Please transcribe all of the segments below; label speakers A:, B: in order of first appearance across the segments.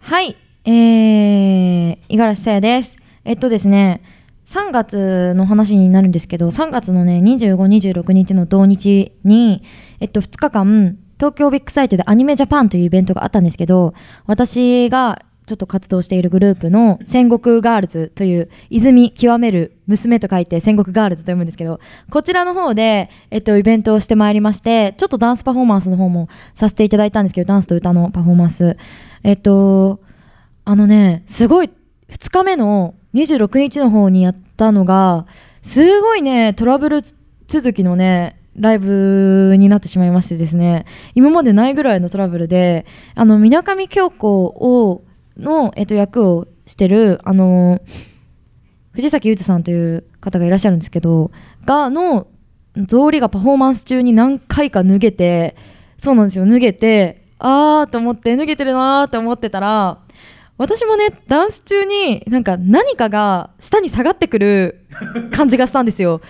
A: はい、えー、五十嵐さやです。えっとですね、3月の話になるんですけど、3月のね、25、26日の同日に、えっと、2日間、東京ビッグサイトでアニメジャパンというイベントがあったんですけど、私がちょっと活動しているグループの戦国ガールズという、泉極める娘と書いて戦国ガールズと読むんですけど、こちらの方で、えっと、イベントをしてまいりまして、ちょっとダンスパフォーマンスの方もさせていただいたんですけど、ダンスと歌のパフォーマンス。えっと、あのね、すごい、2日目の26日の方にやったのが、すごいね、トラブル続きのね、ライブになってしまいましてですね、今までないぐらいのトラブルで、あの、みなかみ京子を、の、えっと、役をしてる、あの、藤崎ゆずさんという方がいらっしゃるんですけど、が、の、草履がパフォーマンス中に何回か脱げて、そうなんですよ、脱げて、あーと思って、脱げてるなーと思ってたら、私もね、ダンス中に、なんか何かが下に下がってくる感じがしたんですよ。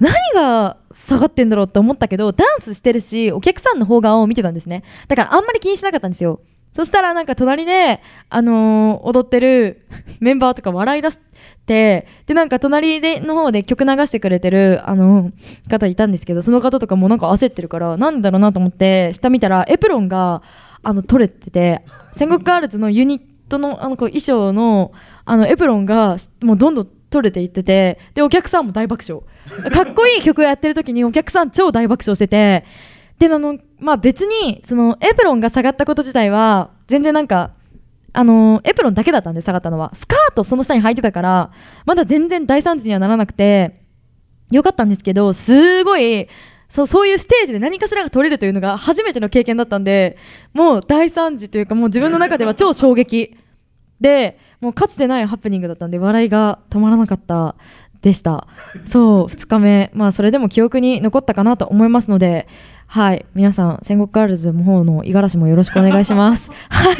A: 何が下がってんだろうって思ったけど、ダンスしてるし、お客さんの方側を見てたんですね。だからあんまり気にしなかったんですよ。そしたらなんか隣で、あのー踊ってる メンバーとか笑い出して、で、なんか隣での方で曲流してくれてる、あのー方いたんですけど、その方とかもなんか焦ってるから、なんだろうなと思って、下見たらエプロンが、あの、取れてて、戦国ガールズのユニットの、あの、こう衣装の、あの、エプロンが、もうどんどん取れていってて、で、お客さんも大爆笑。かっこいい曲をやってる時にお客さん超大爆笑してて、で、あの、まあ、別に、その、エプロンが下がったこと自体は、全然なんか、あのエプロンだけだったんで、下がったのは。スカートその下に履いてたから、まだ全然大惨事にはならなくて、よかったんですけど、すごい、そうそういうステージで何かしらが取れるというのが初めての経験だったんで、もう大惨事というか、もう自分の中では超衝撃で、もうかつてないハプニングだったんで、笑いが止まらなかったでした。そう、2日目、まあ、それでも記憶に残ったかなと思いますので、はい、皆さん、戦国ガールズの方の五十嵐もよろしくお願いします。はい、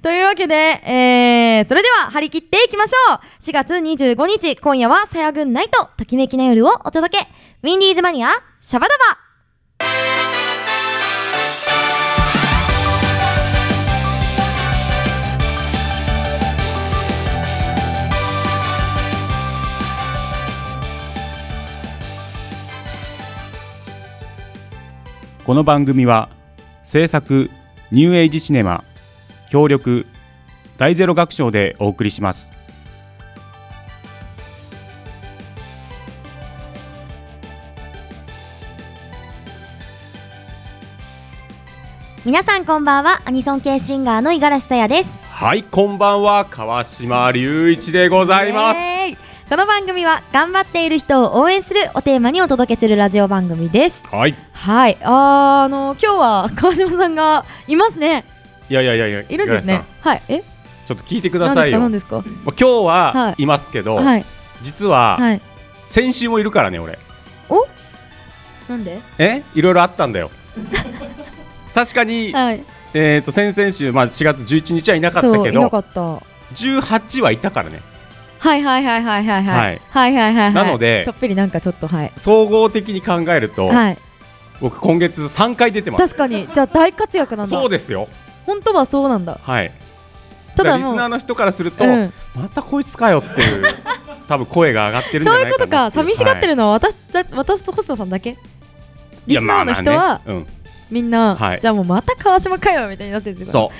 A: というわけで、えー、それでは張り切っていきましょう !4 月25日、今夜はさやぐんナイト、ときめきな夜をお届けウィンディーズマニア、シャバダバ
B: この番組は制作ニューエイジシネマ協力大ゼロ学賞でお送りします
C: 皆さんこんばんはアニソン系シンガーの五十嵐さやです
D: はいこんばんは川島隆一でございます、
A: イエーイこの番組は頑張っている人を応援するおテーマにお届けするラジオ番組です
D: はいい
A: はいあーあの今日は川島さんがいますね
D: やいやいやいや
A: いるんです
D: 五十
A: ね
D: 嵐
A: はいえ
D: さんちょっと聞いてくだ
A: 何
D: さ
A: で
D: い
A: すか
D: よ
A: 何ですか
D: まあ今日
A: は
D: はいいますけど、
A: はい
D: 実は、
A: はい
D: 先週もいるからね俺
A: おなんで
D: えいろいろあったん だよ確かに、
A: はい
D: えー、と先々週、まあ、4月11日はいなかった
A: そう
D: け
A: いな
D: ど
A: かったは
D: 18はいたからね
A: いはいはいはいはいは
D: はいい
A: はいはいはい
D: なので
A: ちょっぴりなんかちょっとはい
D: 総合的に考えると、
A: はい
D: 僕今月3回出てます
A: 確かにじゃあ大活躍なんだ
D: そうですよ
A: 本当はそうなんだ
D: はい
A: た
D: だ
A: だ
D: からリ
A: も
D: ス
A: う
D: ナーの人からすると、
A: うん
D: またこいつかよっ ていう多分声が上がってるんじゃ
A: そう
D: ないいう
A: こと
D: かな
A: か
D: っていう
A: 寂しがってるのは私だ私と星野さんだけ
D: い
A: リ
D: や
A: スナーの人
D: まあ
A: は
D: まあね
A: みんな、
D: はい
A: じゃあもうまた川島かよみたいになってるか
D: うん、
A: ら
D: そ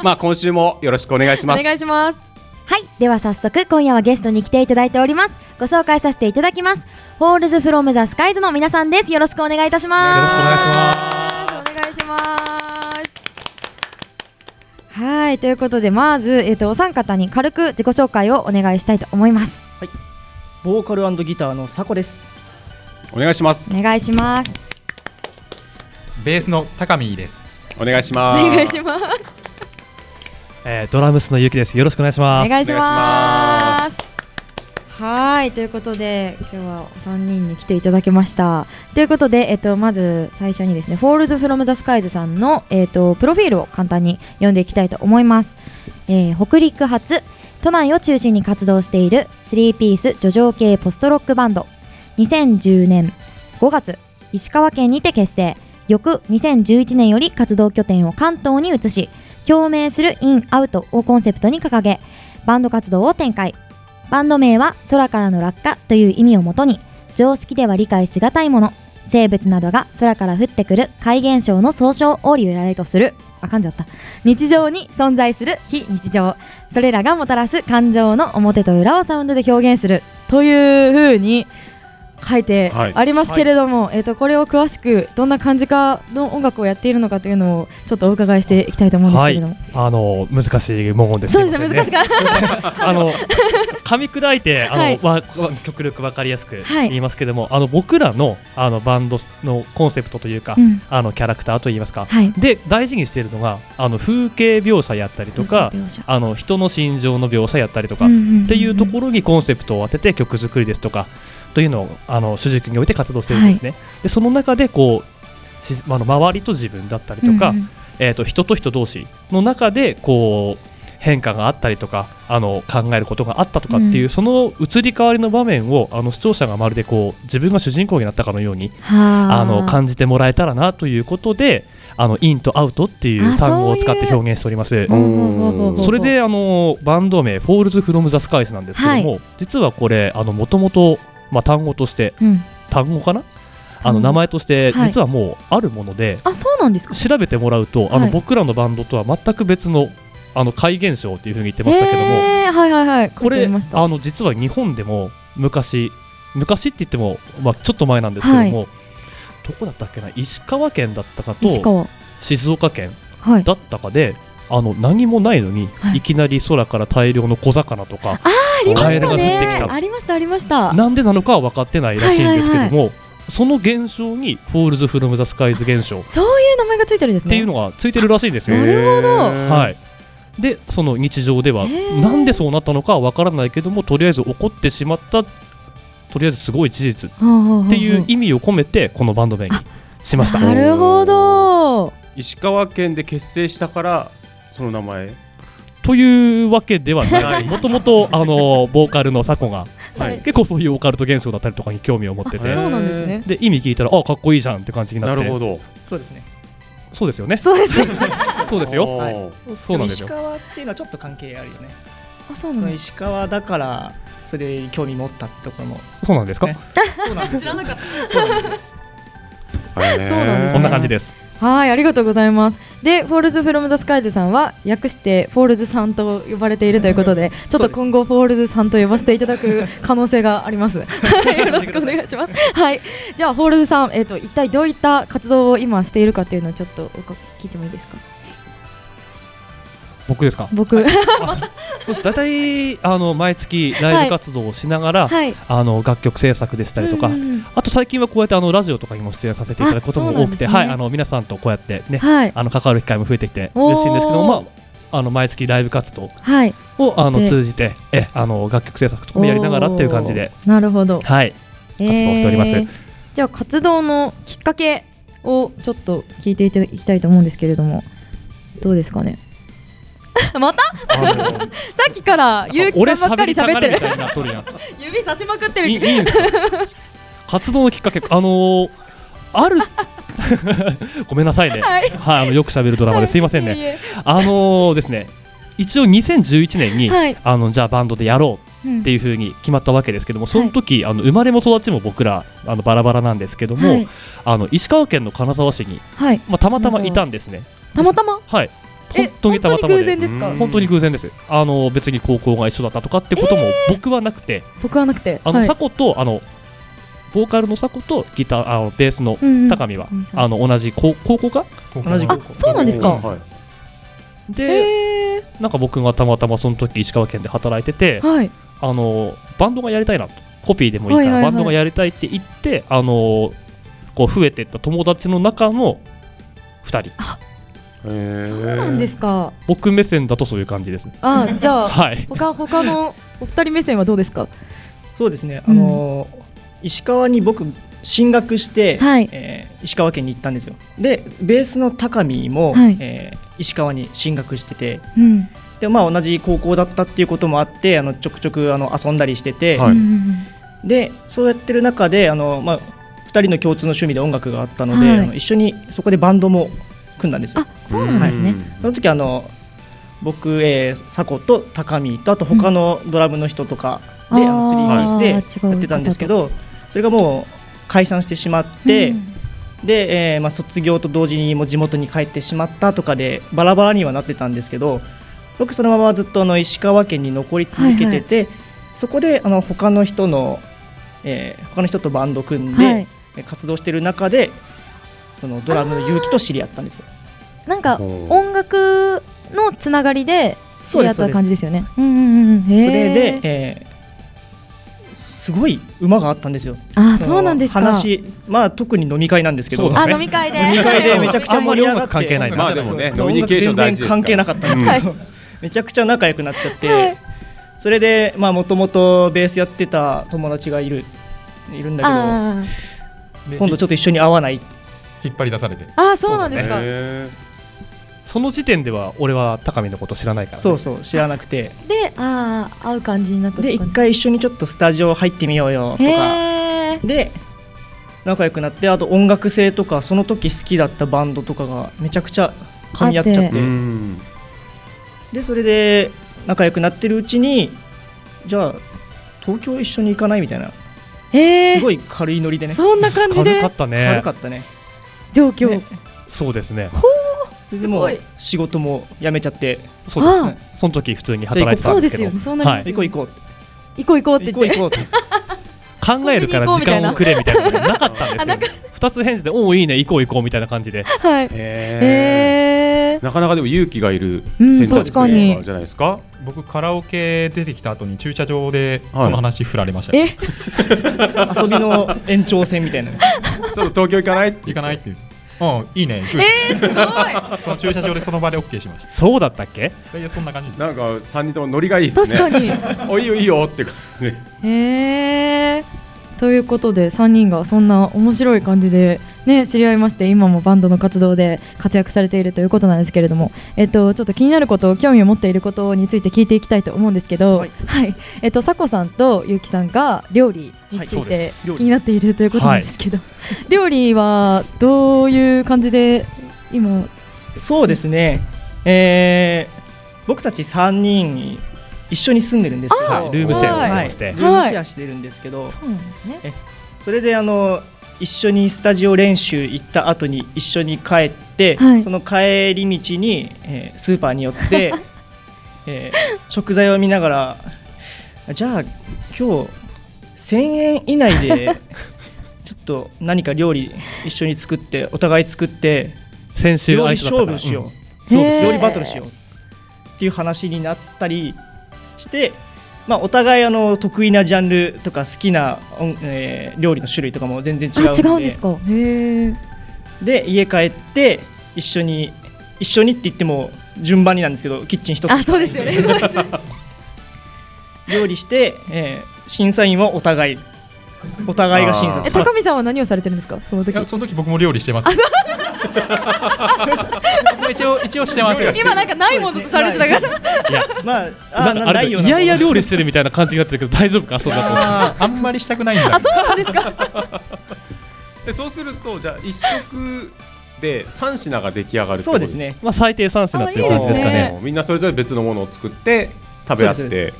D: うまあ今週もよろしくお願いします
A: お願いします
C: はいでは早速今夜はゲストに来ていただいておりますご紹介させていただきますホールズフロムザスカイズの皆さんですよろしくお願いいたします
D: よろしくお願いし
A: お
D: ます
A: 願いしますはいということでまず、えっとお三方に軽く自己紹介をお願いしたいと思います
E: ボーカルギターのサコです。
D: お願いします
A: お願いします
F: ベースの高見です。
D: お願いし
A: お
D: ます
A: 願いします
G: えー、ドラムスのゆうきです。よろしくお願いしま
A: お
G: す。
A: 願いしま
D: お願
A: す。はーいということで今日はお三人に来ていただきました。ということで、えっと、まず最初にですね「フォールズ・フロム・ザ・スカイズ」さんの、えっと、プロフィールを簡単に読んでいきたいと思います。えー北陸発都内を中心に活動している3ピース叙情系ポストロックバンド2010年5月石川県にて結成翌2011年より活動拠点を関東に移し共鳴するイン・アウトをコンセプトに掲げバンド活動を展開バンド名は空からの落下という意味をもとに常識では理解しがたいもの生物などが空から降ってくる怪現象の総称を由来とするあかんじゃった日常に存在する非日常それらがもたらす感情の表と裏をサウンドで表現するというふうに書いて
H: はい
A: ありますけれども、えっとこれを詳しくどんな感じかの音楽をやっているのかというのをちょっとお伺いしていきたいと思うんですけ
G: は
A: れ
G: い
A: ども、、
G: あの難しい文言です。
A: そうですね難し
G: か
A: かった
G: あの噛み砕いてあの、
A: はい
G: わ極力わかりやすく
A: はい
G: 言いますけれども、あの僕らのあのバンドのコンセプトというか、
A: うん
G: あのキャラクターといいますか、
A: はい
G: で大事にしているのがあの風景描写やったりとか、
A: 描写
G: あの人の心情の描写やったりとか、
A: うんうんうんうん
G: っていうところにコンセプトを当てて曲作りですとかというのをあの主軸において活動してるんですね。でその中でこうしあの周りと自分だったりとか、
A: うんうん
G: えー、と人と人同士の中でこう変化があったりとかあの考えることがあったとかっていう、
A: うん
G: その移り変わりの場面をあの視聴者がまるでこう自分が主人公になったかのように
A: は
G: あの感じてもらえたらなということであのインとアウトっていう単語を使って表現しております。
A: じ
G: それであのバンド名「フォールズ・フロム・ザ・スカイズ」なんですけども、実はこれもともと単語として
A: うん
G: 単語かなあ
A: 単
G: の
A: 語
G: 名前として
A: はい
G: 実はもうあるもので、
A: あそうなんですか
G: 調べてもらうとあの
A: はい
G: 僕らのバンドとは全く別のあの怪現象っていうふうに言ってましたけども、
A: えー、はいはいはい
G: こ
A: 書いてあ
G: れ
A: りました
G: あの実は日本でも昔昔って言っても、まあ、ちょっと前なんですけども、どこだったっけな石川県だったか
A: 石
G: と
A: 川
G: 静岡県
A: はい
G: だったかであの何もないのに、
A: はい
G: い、きなり空から大量の小魚とか
A: ありまし
G: カエル
A: た
G: が降ってき
A: ね
G: た
A: ありましたありました
G: なんでなのかは分かってないらしいんですけども、
A: はい
G: その現象に「フォールズ・フルム・ザ・スカイズ」現象っ
A: そういう名前がついてるんですね
G: ていうのがついてるらしいんですよ。
A: なるほど
G: はい、でその日常では
A: へー
G: なんでそうなったのかは分からないけどもとりあえず起こってしまったとりあえずすごい事実っ
A: って
G: いう意味を込めてこのバンド名にしました。
A: なるほど
D: 石川県で結成したからその名前
G: というわけではな
D: な いい
G: もともとあのボーカルのサコが
D: はい
G: 結構そういうオカルト現象だったりとかに興味を持って
D: あ
G: て
D: そうなんです
E: ね
G: で意味聞いたらあかっこいいじゃんって感じにな
D: な
G: って
D: るほど
E: そうですね
G: そうですよね
A: そうですね
G: そうですよ
D: おー
G: そうなんで
E: 石
G: すよ
E: 川っていうのはちょっと関係あるよね、
A: あそうなんです
E: 石川だからそれに興味持ったってところも
G: そうなんですか、
E: ねそうなんです知らなかった
D: へー
A: そうなんですね
G: こんな感じです
A: はいありがとうございますでフォールズフロムザスカイズさんは略してフォールズさんと呼ばれているということでちょっと今後フォールズさんと呼ばせていただく可能性があります はいよろしくお願いしますはいじゃあフォールズさんえっ、と一体どういった活動を今しているかというのをちょっとお聞いてもいいですか
G: 僕ですか
A: 僕
G: そうです大体あの毎月ライブ活動をしながら、
A: はい
G: あの楽曲制作でしたりとか、
A: うんうんうん
G: あと最近はこうやってあのラジオとかにも出演させていただくことも多
A: あそうなんで
G: くて、
A: すね
G: はい、あの皆さんとこうやってね、
A: はい
G: あの関わる機会も増えてきて
A: おー
G: 嬉しいんですけど、まあ、あの毎月ライブ活動
A: はい
G: をあの
A: して
G: 通じてえあの楽曲制作とかもやりながらっていう感じで、
A: おーなるほど
G: はい、
A: 活
G: 動しております
A: じゃあ活動のきっかけをちょっと聞いていただきたいと思うんですけれどもどうですかね また さっきから結城さんばっかり喋って
G: 俺喋り
A: る
G: たがみたいになっとるやん
A: 指さしまくって
G: いいい
A: る
G: いんですか 活動のきっかけあのーあるごめんなさいね、
A: はい
G: はい、あのよく喋るドラマですいませんね
A: いえ
G: あのーですね一応2011年に、
A: はい
G: あのじゃあバンドでやろう
A: いえ
G: っていう風に決まったわけですけどもその時、あの生まれも育ちも僕らあのバラバラなんですけども、
A: はい
G: あの石川県の金沢市に、
A: はい
G: まあ、たまたまいたんですね。
A: たまたま
G: はい
A: え
G: 本当にたまたま
A: 本当に偶然
G: で
A: ですか
D: うん
G: 本当に偶然ですあの別に高校が一緒だったとかってことも僕はなくて、
A: 僕はなくて
G: あの、
A: はい
G: サコとあのボーカルのサコとギターあのベースの
A: うんうん
G: 高見は、
A: 高見さん
G: あの同じ高高校か
E: 同じ
A: あそうなんですか
D: はい
G: で、
A: へー
G: なんか僕がたまたまその時石川県で働いてて、
A: はい
G: あのバンドがやりたいなとコピーでもいい
A: は
G: か
A: い
G: ら、
A: はいはい
G: バンドがやりたいって言ってあのこう増えてった友達の中の2人
D: そ
A: そ
D: う
A: うなんですか
G: 僕目線だとそういう感じですね
A: あじゃあ
G: はい
A: 他他のお二人目線はどうですか
E: そうですねあのー、石川に僕進学して、
A: はい
E: えー石川県に行ったんですよでベースの高見も、
A: はい
E: えー石川に進学してて
A: うん
E: でまあ同じ高校だったっていうこともあってあのちょくちょくあの遊んだりしてて、
D: はい
A: うんうん
E: でそうやってる中であの、まあ、2人の共通の趣味で音楽があったので、
A: はい
E: あの一緒にそこでバンドも組んだんです
A: うん
E: よ
A: あそうなんですね
D: ん
E: その時あの僕、えー、佐古と高見とあと他のドラムの人とかで、あのスリーピースでやってたんですけど、それがもう解散してしまって、で、えーまあ、卒業と同時にもう地元に帰ってしまったとかでバラバラにはなってたんですけど僕そのままずっとあの石川県に残り続けてて、そこであの他の人の、えー他の人とバンド組んで、
A: はい
E: えー活動してる中でそのドラムの結城と知り合ったんですよ。
A: なんか
B: おー
A: 音楽のつながりで知り合った感じですよね。うんうんうん。そ
E: それで、えーすごい馬があったんですよ。
A: あーそうなんですか。
E: 話、まあ特に飲み会なんですけど
G: そう、だ
A: あ
G: ね
A: 飲み会で。
E: 飲み会でめちゃくちゃ盛り上がって
G: あんまり音楽関係ないな
D: まあでもね、
E: そう
D: ノミニケーション大事ですから
E: 音楽全然関係なかったんですけど、めちゃくちゃ仲良くなっちゃって、それでもともとベースやってた友達がいるいるんだ
A: あー
E: け
F: で
E: ど今度ちょっと一緒に会わない
F: 引っ張り出されて
A: あーそうなんですか。
D: へ
G: その時点では俺は高見のこと知らないからね、
E: そうそう知らなくて
A: でああ会う感じになった
E: で
A: とか
E: 一。回一緒にちょっとスタジオ入ってみようよとか
A: へえ。
E: で仲良くなってあと音楽性とかその時好きだったバンドとかがめちゃくちゃ噛み合っちゃっ
A: あって
E: て
D: ーうん
E: でそれで仲良くなってるうちにじゃあ東京一緒に行かないみたいな
A: え
E: すご
A: ー、
E: い軽いノリでね
A: そんな感じ
G: 軽か
A: で
G: ったね
E: 軽かったね
A: 状況、
E: ね
G: そうですね
E: それでも
A: すごいう
E: 仕事も辞めちゃって
G: そうです
A: あ
G: ねその時普通に働いてた
A: そ
G: ん
A: う
G: で
A: ですす
G: けど
A: よねそうなります
G: は
A: よ
E: 行
A: ね、
E: こう行こう
A: 行こう行こ
E: 行こう
A: うって言
E: 行
A: って
E: こうと
G: 考えるから時間をくれみたいなのがなかったんですよ、ね、2つ返事で「おおいいね行こう行こう」みたいな感じで
A: はい
D: へ
A: へ
D: ーなかなかでも勇気がいる
A: うん
D: 選択
A: 確
D: 肢
A: かに
D: じゃないですか。
F: 僕カラオケ出てきた後に駐車場で
D: はい
F: その話振られました、
A: え
E: 遊びの延長戦みたいな
D: ちょっと東京行かないって
F: 行かないっていううんいいね行く、
A: えー、すご
F: その駐車場でその場で OK しまし
G: そうだったっけ
F: たいやそんな感じです
D: なんか三人ともノリがいいですね。
A: い確かに
D: おいいよいいよって感じ。
A: へえということで3人がそんな面白い感じで、ね、知り合いまして今もバンドの活動で活躍されているということなんですけれども、えっと、ちょっと気になること興味を持っていることについて聞いていきたいと思うんですけど、は
E: はいい
A: えっと、佐古さんと結城さんが料理につ
E: はいいそう
A: て
E: です
A: 気になっているということなんですけど、料理はどういう感じで今
E: そうですねえー僕たち3人一緒に住んでるんですけど
G: はいルームシェアをしてまして、
E: はいルームシェアしてるんですけど
A: そうなんですね
E: それであの一緒にスタジオ練習行った後に一緒に帰って、
A: はい
E: その帰り道に、えースーパーに寄 って、えー食材を見ながらじゃあ今日1000円以内 でちょっと何か料理一緒に作ってお互い作って
G: 先週
E: 料理
G: 相手だっ
E: 勝
G: たから
E: 負しよう、
A: そうです
E: 料理バトルしようっていう話になったりして、まあ、お互いあの得意なジャンルとか好きな、うんえー料理の種類とかも全然違う
A: あ
E: の
A: 違うんですかへえ
E: で家帰って一緒に一緒にって言っても順番になんですけどキッチン一つ
A: あそうですよねそうです
E: 料理して、えー審査員はお互いお互いが審査す
A: え
E: る
A: 高見さんは何をされてるんですかその
F: い
A: 時
F: やその時僕も料理してます僕も一応一応してます
A: 今なんかないものとされてたから
E: まあ
G: な
E: あ
G: んか
E: な
G: あ
E: な
G: れ
E: いよ
G: だ
E: う
G: い
E: な
G: やいや料
E: 理
G: 理してるみたいな感じになってるけど大丈夫かそうだ
F: あーあんまりしたくないんだ
A: あそうなんですか
D: でそうするとじゃあ一食で三品が出来上がるってこ
E: そう
D: と
E: です。ね
G: とまあ最低3品っていう
A: あい
G: 感
A: い
G: じ
A: で
G: ですす
A: ね
G: かね
D: みんなそれぞれ別のものを作って食べ合っ
E: そう
D: て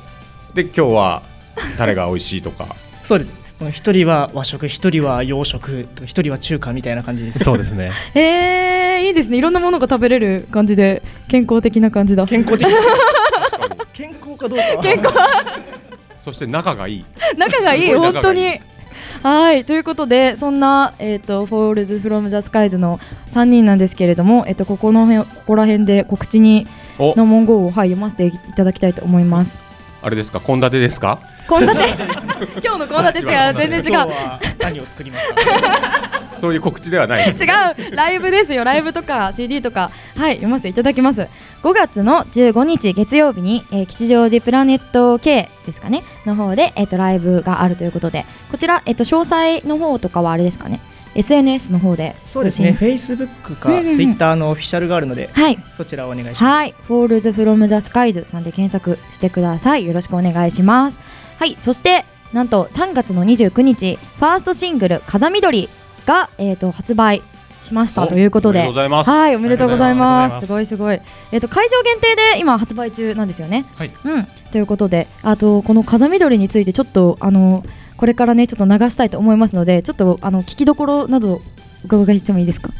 E: で
D: で今日は誰が美味しいとか
E: そうですもう一人は和食一人は洋食とか一人は中華みたいな感じです
G: そうですね
A: えー、いいですねいろんなものが食べれる感じで健康的な感じだ
E: 健康的
D: 確かに
E: 健康かどうかは
A: 健康
D: そして仲がいい。
A: 仲がいい
D: すごい
A: 本
D: 仲
A: 当
D: がいい
A: にはいということでそんな、えー、とフォールズ・フロム・ザ・スカイズの3人なんですけれども、えー、とここの辺ここら辺で告知に
D: お
A: の文言を、はい、読ませていただきたいと思います
D: あれですか献立ですか。
A: 献立今日の献立違う全然違う
E: 今日は何を作りますか
D: そういう告知ではな い。
A: 違うライブですよライブとか CD とかはい読ませていただきます5月の15日月曜日に、えー吉祥寺プラネット K ですかねの方で、えー、とライブがあるということでこちら、えー、と詳細の方とかはあれですかね SNS の方で
E: そうですね
A: 更
E: フェイスブック
A: うんう
E: か
A: んうん
E: ツイッターのオフィシャルがあるので
A: 新はい
E: そちらをお願いします
A: はい、フォールズフロムザスカイズさんで検索してください。よろしくお願いします。はい、そしてなんと3月の29日、ファーストシングル風緑がえっ、と発売しましたということで
D: おめでとうございます
A: はいおめでとうございます
F: ありがとうございます
A: すごいすごいえっ、と会場限定で今発売中なんですよね
F: はい
A: うんということであとこの風緑についてちょっとあのこれからねちょっと流したいと思いますのでちょっとあの聞きどころなどお伺いしてもいいですか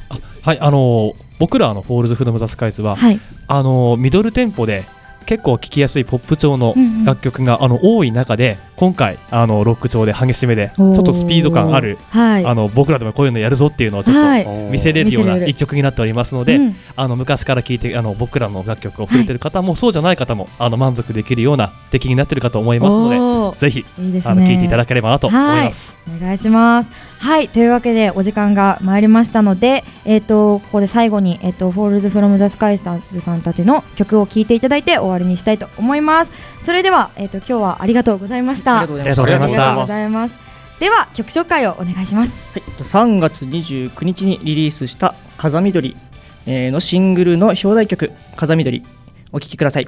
G: はい、あのー僕らあのフォールズフロムザスカイズは、
A: はい
G: あのーミドルテンポで結構聴きやすいポップ調の
A: うんうん
G: 楽曲が、あの多い中で今回あのロック調で激しめでちょっとスピード感ある、
A: はい
G: あの僕らでもこういうのやるぞっていうのをちょっと、
A: はい
G: 見せれるような
A: 見せれる
G: 一曲になっておりますので、
A: うん
G: あの昔から聴いてあの僕らの楽曲を触れてる方も、そうじゃない方もあの満足できるような出来になってるかと思いますの
A: おー
G: でぜひ
A: いいです
G: あの
A: ね
G: 聴いていただければなと思います。
A: お願いします。はい、というわけでお時間が参りましたので、えっ、とここで最後にえっ、とフォールズフロムザスカイさんズさんたちの曲を聴いていただいて終わりにしたいと思います。それではえっ、と今日はありがとうございました。
E: ありがとうございました
G: ありがとうございました
A: ありがとうございます。では曲紹介をお願いします。
E: はい、3月29日にリリースした「風緑」えーのシングルの表題曲「風緑」お聴きください。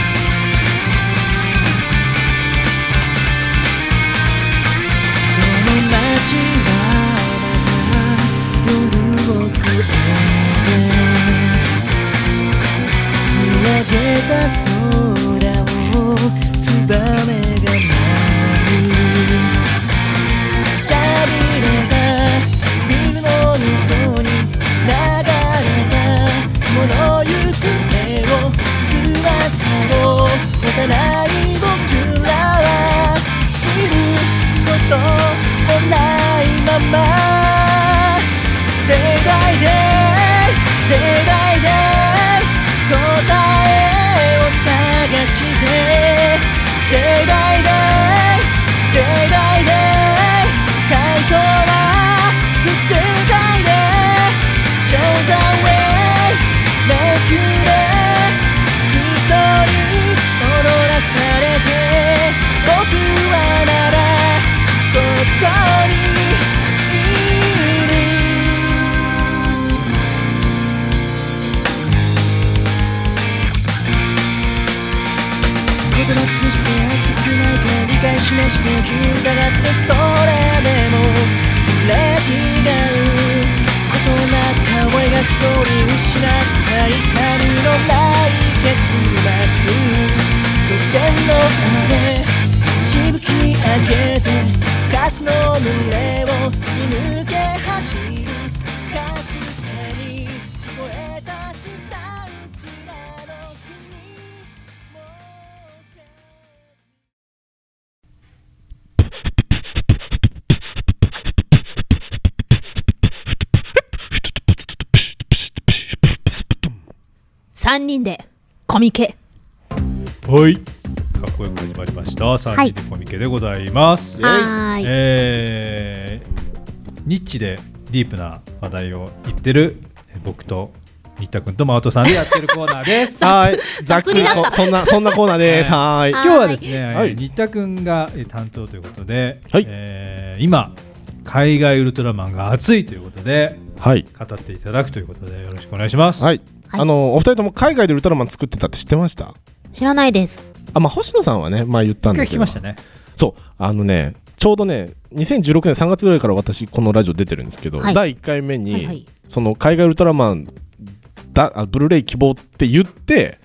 I: この街がまた夜僕を変えて見上げた空をツバメが舞う錆びれたビルの向こうに流れた物行く目を翼を持たない僕らは知ることもないまま Day by day 答えを探して Day by day Day by day 回答は不正解で Show the way 目くれ一人踊らされて僕はまだこの街をにいる言葉尽くして愛するないと理解示して君だってそれでも触れ違う異なったを描くそうに失った痛みのない結末突然の雨しぶき上げてガスの群れを突き抜け走るかすかに聞こえた下打ちなの国もうせ
J: 3人でコミケ
K: はい。かっこよく始まりました。三人でコミケでございます。
J: はーい
K: えーニッチでディープな話題を言ってるえー僕と新田君とマートさんでやってるコーナー です。
L: はい、ざっくりこそんなそんなコーナーです。はーい。
K: 今日はですね、
L: はい
K: えー新田君がえー担当ということで、
L: はい
K: えー今海外ウルトラマンが熱いということで
L: はい。
K: 語っていただくということでよろしくお願いします。
L: はい。あのお二人とも海外でウルトラマン作ってたって知ってました？
J: 知らないです
L: あ、まあ星野さんはね、まあ言ったん
K: 一
L: だ
K: 回
L: けど。
K: 聞きましたね。
L: そう、あのね、ちょうどね、2016年3月ぐらいから私このラジオ出てるんですけど、
J: はい
L: 第1回目に、
J: はいはい
L: その海外ウルトラマンだあブルーレイ希望って言って。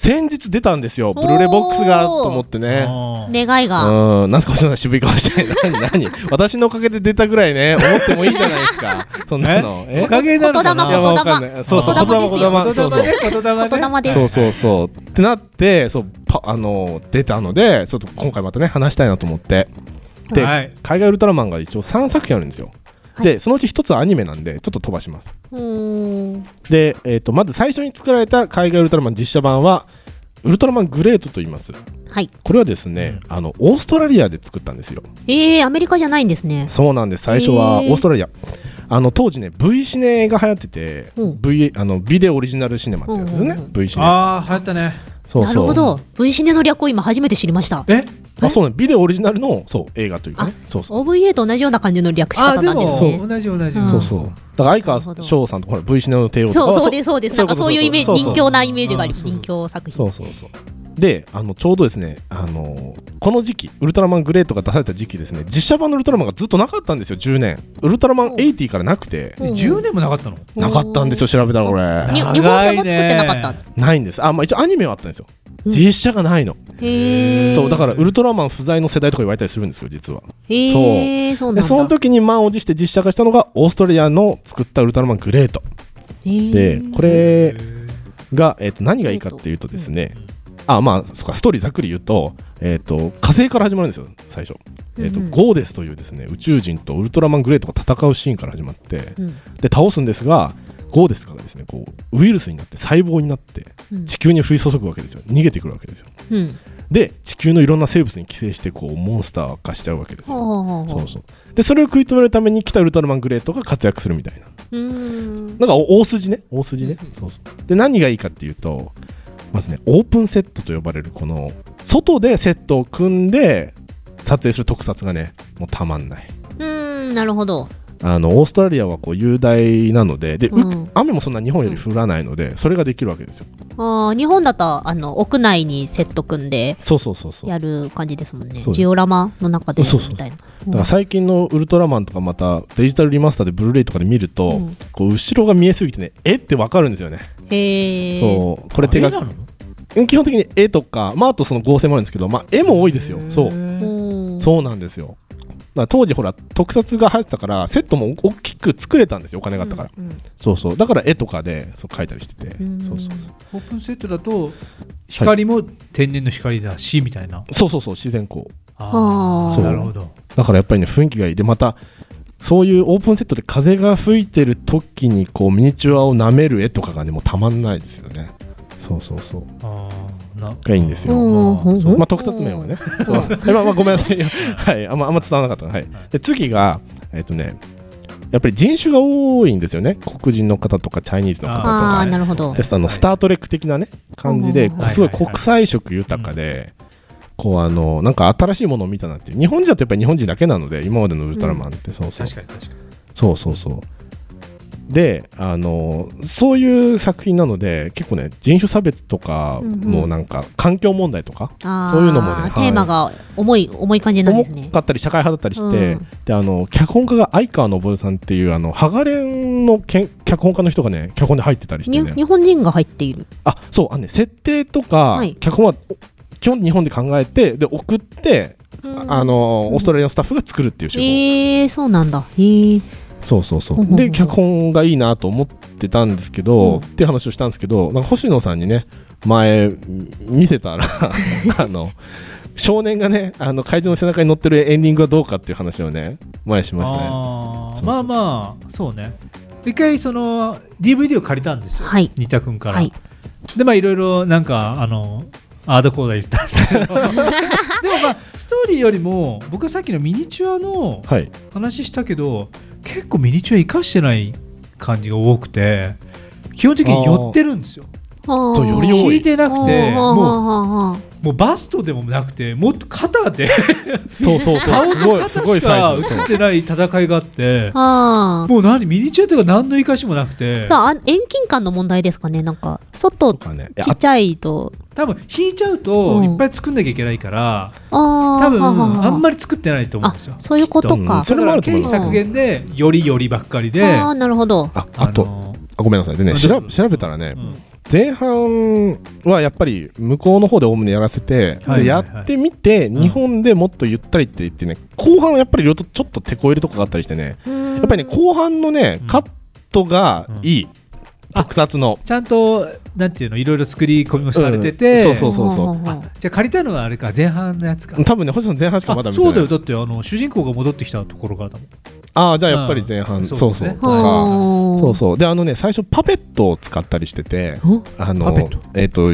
L: 先日出たんですよ、ブルーレイボックスがと思ってね。
K: あー
J: 願いが
L: うん、なんすか、星野さん渋い顔して、何、 何、私のおかげで出たぐらいね、思ってもいいじゃないですか。 そんなの。
K: おかげなのかな。
L: いや、
J: 言霊
L: わかんない。そうそう、
J: 言霊
L: 言霊、言霊、
K: 言
L: そうそう
K: 霊。ね言霊ね
J: 言霊です
L: そうそうそうってなってそうパあの出たのでちょっと今回またね話したいなと思ってで、
K: はい
L: 海外ウルトラマンが一応3作品あるんですよ、でそのうち1つはアニメなんでちょっと飛ばします
J: うーん
L: で、えー、とまず最初に作られた海外ウルトラマン実写版はウルトラマングレートと言います
J: はい
L: これはですね、あのオーストラリアで作ったんですよ
J: えー、アメリカじゃないんですね
L: そうなんです最初はオ
J: へー
L: ーストラリアあの当時ね V シネが流行ってて、
J: うん
L: v、あのビデオオリジナルシネマってやつですね、
J: うんうんうん
L: V シネ
K: ああ流行ったね。
L: そうそ
J: な
L: う
J: るほど V シネの略を今初めて知りました
L: えあそうねビデオオリジナルのそう映画というかねそうそう
J: OVA と同じような感じの略し方なんですね
L: そう
K: 同じ同
J: うん
L: そうそうだから相川翔さんとかほら V シネの帝王と
J: そ
L: か
J: う
L: は
J: そうですそうですなんかそういうイメージ
L: そうそ
J: 人
L: う
J: 気なイメージがあり人気作
L: そ
J: 品
L: うそうそうであのちょうどですねあのこの時期ウルトラマングレートが出された時期ですね実写版のウルトラマンがずっとなかったんですよ10年ウルトラマン80からなくて
K: え10年もなかったの
L: なかったんですよ調べたらこれ
J: に日本語も作ってなかった
L: ないんですあまあ一応アニメはあったんですよ実写がないの
J: へえ
L: そうだからウルトラマン不在の世代とか言われたりするんですよ実は
J: へえそうな
L: で
J: ん
L: その
J: だ
L: 時に満を持して実写化したのがオーストラリアの作ったウルトラマングレート
J: へー
L: でこれが、えっと何がいいかっていうとですね、あまあそっかストーリーざっくり言うと,、えっと火星から始まるんですよ最初、えっと
K: うんうん
L: ゴーデスというですね宇宙人とウルトラマングレートが戦うシーンから始まって、
K: うん
L: で倒すんですがゴーデスがですねこうウイルスになって細胞になって
K: うん
L: 地球に降り注ぐわけですよ逃げてくるわけですよ
J: うん
L: で地球のいろんな生物に寄生してこうモンスター化しちゃうわけですよ
J: ほうほうほう
L: そうそうでそれを食い止めるために来たウルトラマングレートが活躍するみたいな
J: うん
L: なんかお大筋ね大筋ね、そうそうで何がいいかっていうとまずねオープンセットと呼ばれるこの外でセットを組んで撮影する特撮がねもうたまんないう
J: ーんなるほど
L: あのオーストラリアはこう雄大なのでで、う
J: うん
L: 雨もそんな日本より降らないので、それができるわけですよ
J: あー日本だとあの屋内にセット組んで
L: そうそうそうそう
J: やる感じですもんね
L: そう
J: ジオラマの中で
L: そうそう
J: みたいな
L: だから最近のウルトラマンとかまたデジタルリマスターでブルーレイとかで見ると、
J: うん
L: こう後ろが見えすぎてねえってわかるんですよね
J: へえ
L: そうこれ手が
J: あ絵な
L: 基本的に絵とか、まあ、あとその合成もあるんですけど、まあ、絵も多いですよそうそうなんですよだから当時ほら特撮が入ってたからセットも大きく作れたんですよお金があったから、そうそうだから絵とかでそう描いたりしててそうそうそう
K: オープンセットだと光も天然の光だしみたいな
L: そうそうそう自然光
K: ああ
L: そう
K: なるほど
L: だからやっぱりね雰囲気がいいでまたそういうオープンセットで風が吹いてる時にこうミニチュアを舐める絵とかがねもうたまんないですよねそうそうそう
K: ああな
L: がいいんですよ。
K: まあそう
L: まあ特撮面はね。
K: そ
L: そうう。まあまあごめんなさい。はい。あんまあんま伝わらなかった。はい。で次がえっとね。やっぱり人種が多いんですよね黒人の方とかチャイニーズの方と
J: あ
L: か
J: ーなるほど
L: であのスター・トレック的な、ね、感じで
J: うんうんうん
L: すごい国際色豊かでこうあのなんか新しいものを見たなっていう日本人だとやっぱり日本人だけなので今までのウルトラマンってそうそう
K: 確かに確かに
L: そうそうそうであのそういう作品なので結構ね人種差別とか
J: うんうん
L: もうなんか環境問題とか、
J: あー
L: そういうのもね、
J: テーマが重い重い感じなんですね
L: 重かったり社会派だったりして、
J: うん
L: であの脚本家が相川昇さんっていうあのハガレンのけん脚本家の人がね脚本で入ってたりして
J: に
L: ね
J: 日本人が入っている
L: あそうあのね設定とか
J: はい
L: 脚本はお基本日本で考えてで送って、ああのオーストラリアのスタッフが作るっていう仕事
J: えー、そうなんだへー
L: そうそうそ
J: ほうほうほ
L: う。
J: う
L: で、脚本がいいなと思ってたんですけど、っていう話をしたんですけど、なんか星野さんにね、前、見せ たら、あの、少年がね、あの会場の背中に乗ってるエンディングはどうかっていう話をね、前しましたね。
K: あーまあまあそうね一回その DVD を借りたんですよ、
J: はい
K: 新田君から、
J: はい
K: でまあいろいろなんかあのアードコーダー言ったんですけどでもまあストーリーよりも僕はさっきのミニチュアの
L: はい
K: 話したけど、結構ミニチュア生かしてない感じが多くて基本的に寄ってるんですよ
J: と
K: より多い引いてなくて
J: もう
K: もうバストでもなくてもっと肩で
L: そうそうそう
K: 顔
L: すごい
K: と
L: す
K: 肩
L: ご
K: し
L: いサ
K: か
L: イズ
K: 映ってない戦いがあって
J: あー
K: もう何ミニチュアというか何の生かしもなくて
J: じゃああ遠近感の問題ですかねなんか外ちっちゃいと
K: 多分引いちゃうといっぱい作んなきゃいけないから、
J: あー
K: 多分
J: ははは
K: あんまり作ってないと思うんですよ
J: そういうことか
K: それもある経費削減でよりよりばっかりで
J: ああなるほど
L: ああと、あごめんなさいでね
K: あ
L: 調
K: ど
L: べ調べたらね、前半はやっぱり向こうの方でおおむねやらせて、
K: はいはいはい
L: でやってみて、日本でもっとゆったりって言ってね後半はやっぱり両とちょっと手こ入れとかがあったりしてねやっぱりね後半のねカットがいい、特撮の
K: ちゃんとなんていうのいろいろ作り込みもされてて、
L: うんそうそうそうそう
K: あじゃあ借りたのはあれか前半のやつか
L: 多分ね星野前半しかまだ見てな
K: そ
L: いう
K: だよだってあの主人公が戻ってきたところからだもん
L: ああじゃあやっぱり前半、
K: うん
L: そうそう
K: そうですね
L: とか
K: は
L: そうそうであのね最初パペットを使ったりしててあ
K: パ
L: の
K: ペット
L: えっ、と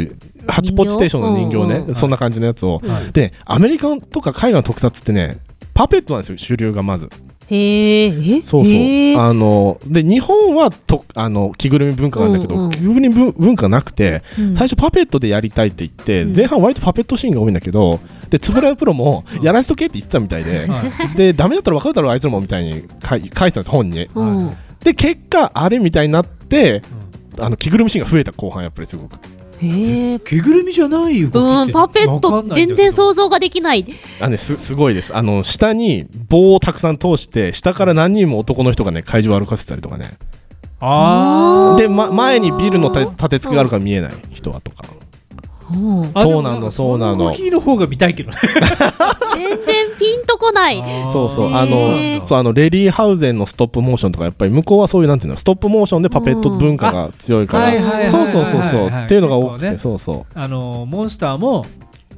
L: ハチポチステーションの人形ね、
K: 人形うんうん
L: そんな感じのやつを、
K: はい
L: でアメリカとか海外の特撮ってねパペットなんですよ主流がまず
J: へえ
L: そうそう
J: へー
L: あので日本はとあの着ぐるみ文化なんだけど、
J: うんうん
L: 着ぐるみ文文化なくて、
J: うん
L: 最初パペットでやりたいって言って、
J: うん
L: 前半割とパペットシーンが多いんだけどで円谷プロもやらせとけって言ってたみたいで、でダメだったら分かるだろうあいつらもみたいに書い書いてたんです本に、
J: うん
L: で結果あれみたいになって、あの着ぐるみシーンが増えた後半やっぱりすごく
J: へえ
K: 着ぐるみじゃないよ
J: うんパペッ
L: わ
J: ト
L: かんない
J: 全
L: んだけど
J: 然想像ができない
L: あのね、すすごいですあの下に棒をたくさん通して下から何人も男の人がね会場を歩かせたりとかね
K: あ
L: で、ま、前にビルのた立て付けがあるから見えない人はとかそうなのそうなの
K: 動きの方が見たいけどね
J: 全然ピンとこない
L: そうそうあ
J: へ
L: のそうあのレリー・ハウゼンのストップモーションとかやっぱり向こうはそういうなんていうのストップモーションでパペット文化が強いか
K: うんあはいはいはいはい
L: らそうそうそうそう
K: はい
L: っていうのが多く
K: 結構
L: て
K: ね
L: そうそう
K: あのモンスターも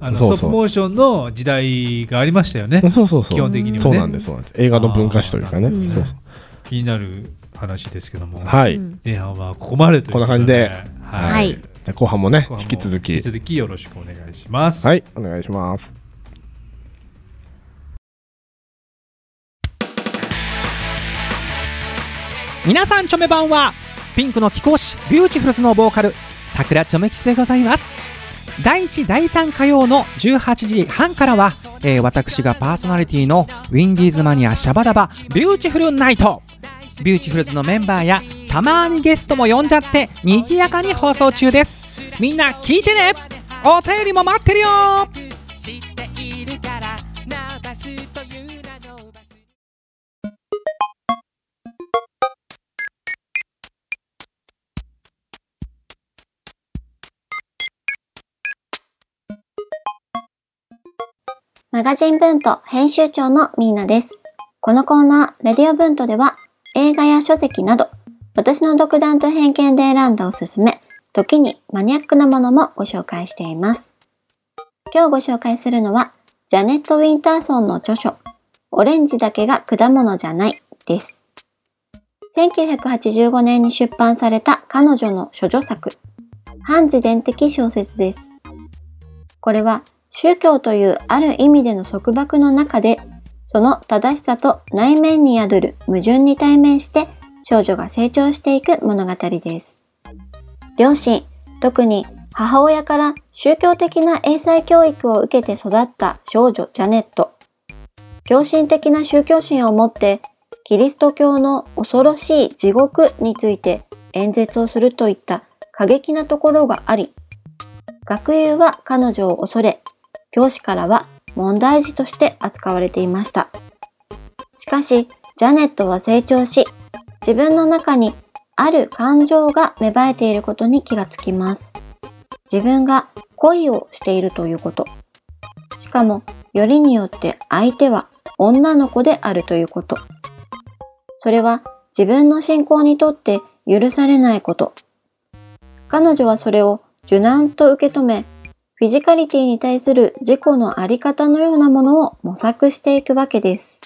K: あの
L: そうそう
K: ストップモーションの時代がありましたよね
L: そうそうそう
K: 基本的にもね
L: そうなんですそうなんです映画の文化史というかねそうそう
K: 気になる話ですけども、
L: はい
K: 前半はここまでという
L: こんな
K: と
L: 感じで
K: はい
L: はいじゃあ後半もね
K: 後半も
L: 引き続
K: 引
L: き
K: き続きよろしくお願いします
L: はいお願いします
M: 皆さんチョメ版はピンクの貴公子ビューティフルズのボーカル桜チョメ吉でございます第1第3火曜の18時半からは、えー私がパーソナリティのウィンディーズマニアシャバダバビューティフルナイトビューティフルズのメンバーやたまーにゲストも呼んじゃってにぎやかに放送中ですみんな聞いてねお便りも待ってるよ
I: 知っているからナーバスという名のバス
N: マガジンブント編集長のミーナです。このコーナー、レディオブントでは映画や書籍など、私の独断と偏見で選んだおすすめ、時にマニアックなものもご紹介しています。今日ご紹介するのは、ジャネット・ウィンターソンの著書、オレンジだけが果物じゃないです。1985年に出版された彼女の処女作、反自伝的小説です。これは宗教というある意味での束縛の中で、その正しさと内面に宿る矛盾に対面して少女が成長していく物語です。両親、特に母親から宗教的な英才教育を受けて育った少女ジャネット。狂信的な宗教心を持って、キリスト教の恐ろしい地獄について演説をするといった過激なところがあり、学友は彼女を恐れ、教師からは問題児として扱われていました。しかし、ジャネットは成長し、自分の中にある感情が芽生えていることに気がつきます。自分が恋をしているということ。しかも、よりによって相手は女の子であるということ。それは自分の信仰にとって許されないこと。彼女はそれを受難と受け止め、フィジカリティに対する自己のあり方のようなものを模索していくわけです。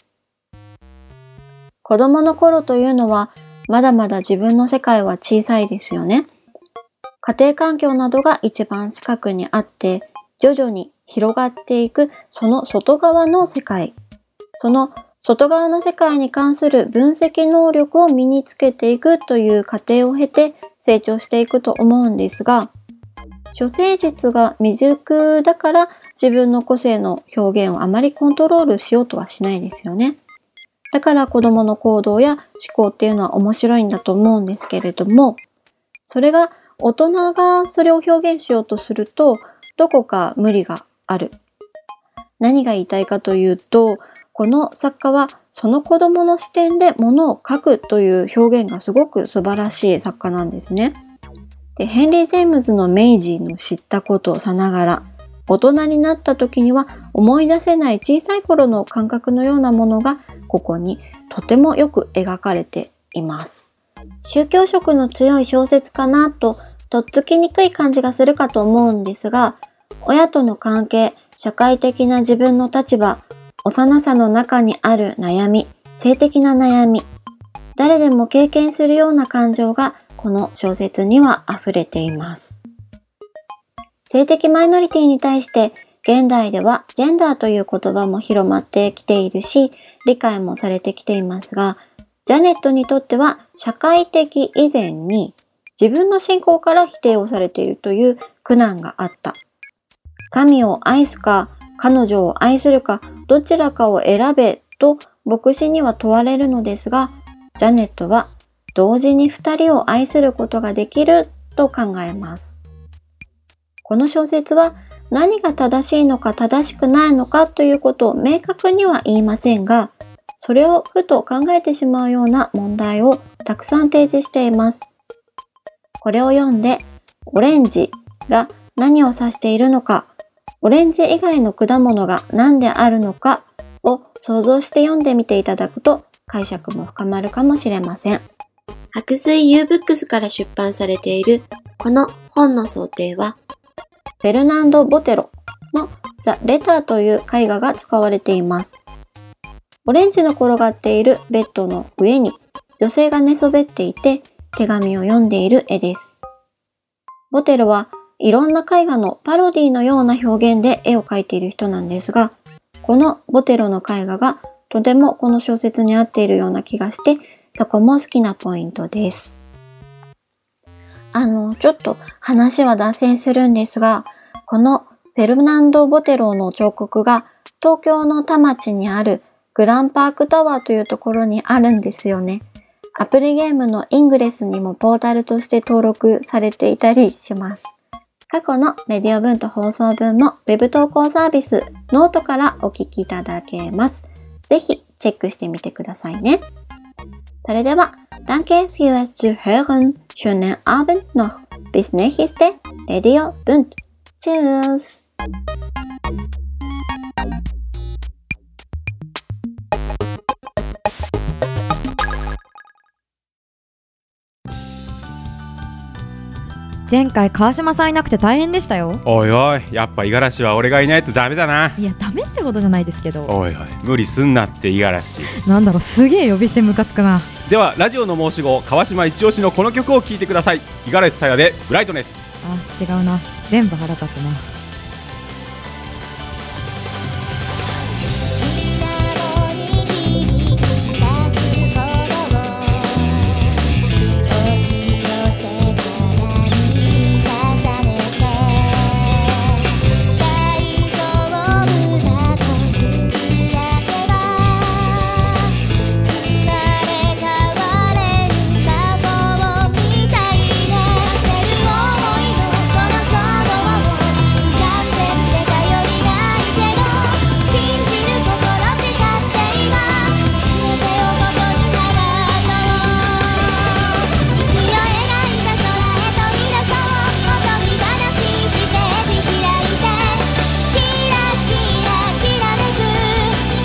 N: 子供の頃というのは、まだまだ自分の世界は小さいですよね。家庭環境などが一番近くにあって、徐々に広がっていくその外側の世界。その外側の世界に関する分析能力を身につけていくという過程を経て成長していくと思うんですが、処世術が未熟だから自分の個性の表現をあまりコントロールしようとはしないですよね。だから子供の行動や思考っていうのは面白いんだと思うんですけれども、それが大人がそれを表現しようとすると、どこか無理がある。何が言いたいかというと、この作家はその子供の視点で物を書くという表現がすごく素晴らしい作家なんですね。でヘンリー・ジェームズの明治の知ったことさながら大人になった時には思い出せない小さい頃の感覚のようなものがここにとてもよく描かれています。宗教色の強い小説かなととっつきにくい感じがするかと思うんですが親との関係社会的な自分の立場幼さの中にある悩み性的な悩み誰でも経験するような感情がこの小説には溢れています。性的マイノリティに対して現代ではジェンダーという言葉も広まってきているし、理解もされてきていますが、ジャネットにとっては社会的以前に自分の信仰から否定をされているという苦難があった。神を愛すか、彼女を愛するか、どちらかを選べと牧師には問われるのですが、ジャネットは同時に二人を愛することができると考えます。この小説は何が正しいのか正しくないのかということを明確には言いませんが、それをふと考えてしまうような問題をたくさん提示しています。これを読んで、オレンジが何を指しているのか、オレンジ以外の果物が何であるのかを想像して読んでみていただくと解釈も深まるかもしれません。白水 U ブックスから出版されているこの本の想定は、フェルナンド・ボテロのザ・レターという絵画が使われています。オレンジの転がっているベッドの上に女性が寝そべっていて手紙を読んでいる絵です。ボテロはいろんな絵画のパロディのような表現で絵を描いている人なんですが、このボテロの絵画がとてもこの小説に合っているような気がして、そこも好きなポイントです。あの、ちょっと話は脱線するんですが、このフェルナンド・ボテロの彫刻が東京の田町にあるグランパークタワーというところにあるんですよね。アプリゲームのイングレスにもポータルとして登録されていたりします。過去のレディオ文と放送文も Web 投稿サービスノートからお聞きいただけます。ぜひチェックしてみてくださいね。それでは、Danke fürs Zuhören, schönen Abend noch, bis nächste Radio Bund. Tschüss!
A: い前回川島さんいなくて大変でしたよ
B: おいおいやっぱ五十嵐は俺がいないとダメだない
A: やダメってことじゃないですけど
B: おいおい無理すんなって五十嵐
A: なんだろうすげえ呼び捨てムカつくな
B: ではラジオの申し子川島一押しのこの曲を聴いてください五十嵐さやでブライトネス
A: あ違うな全部腹立つな
I: 押し寄せから満たされた大丈夫だとつぶやけば生まれ変われる魔法みたいな焦る想いのこの衝動を完全で頼りないけど信じる心誓って今全てをここに払うの「息を描いた空へ飛び出そう」「音に悲しいステージ開こう」「キラキラきらめく」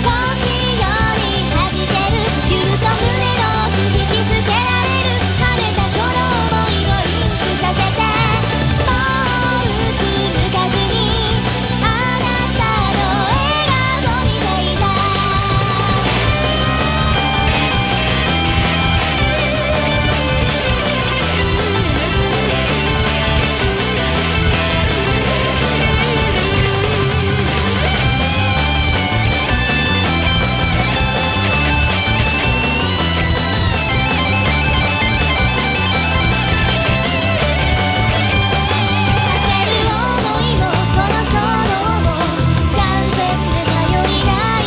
I: 「星よりはじける」「ゆると胸の奥引きつけられる」「晴れたこの想いをリンクさせて」「もううつむかずにあなたの笑顔に泣いた」焦る想いもこの衝動も完全で頼りないけど信じる心誓って今全てをここに放とう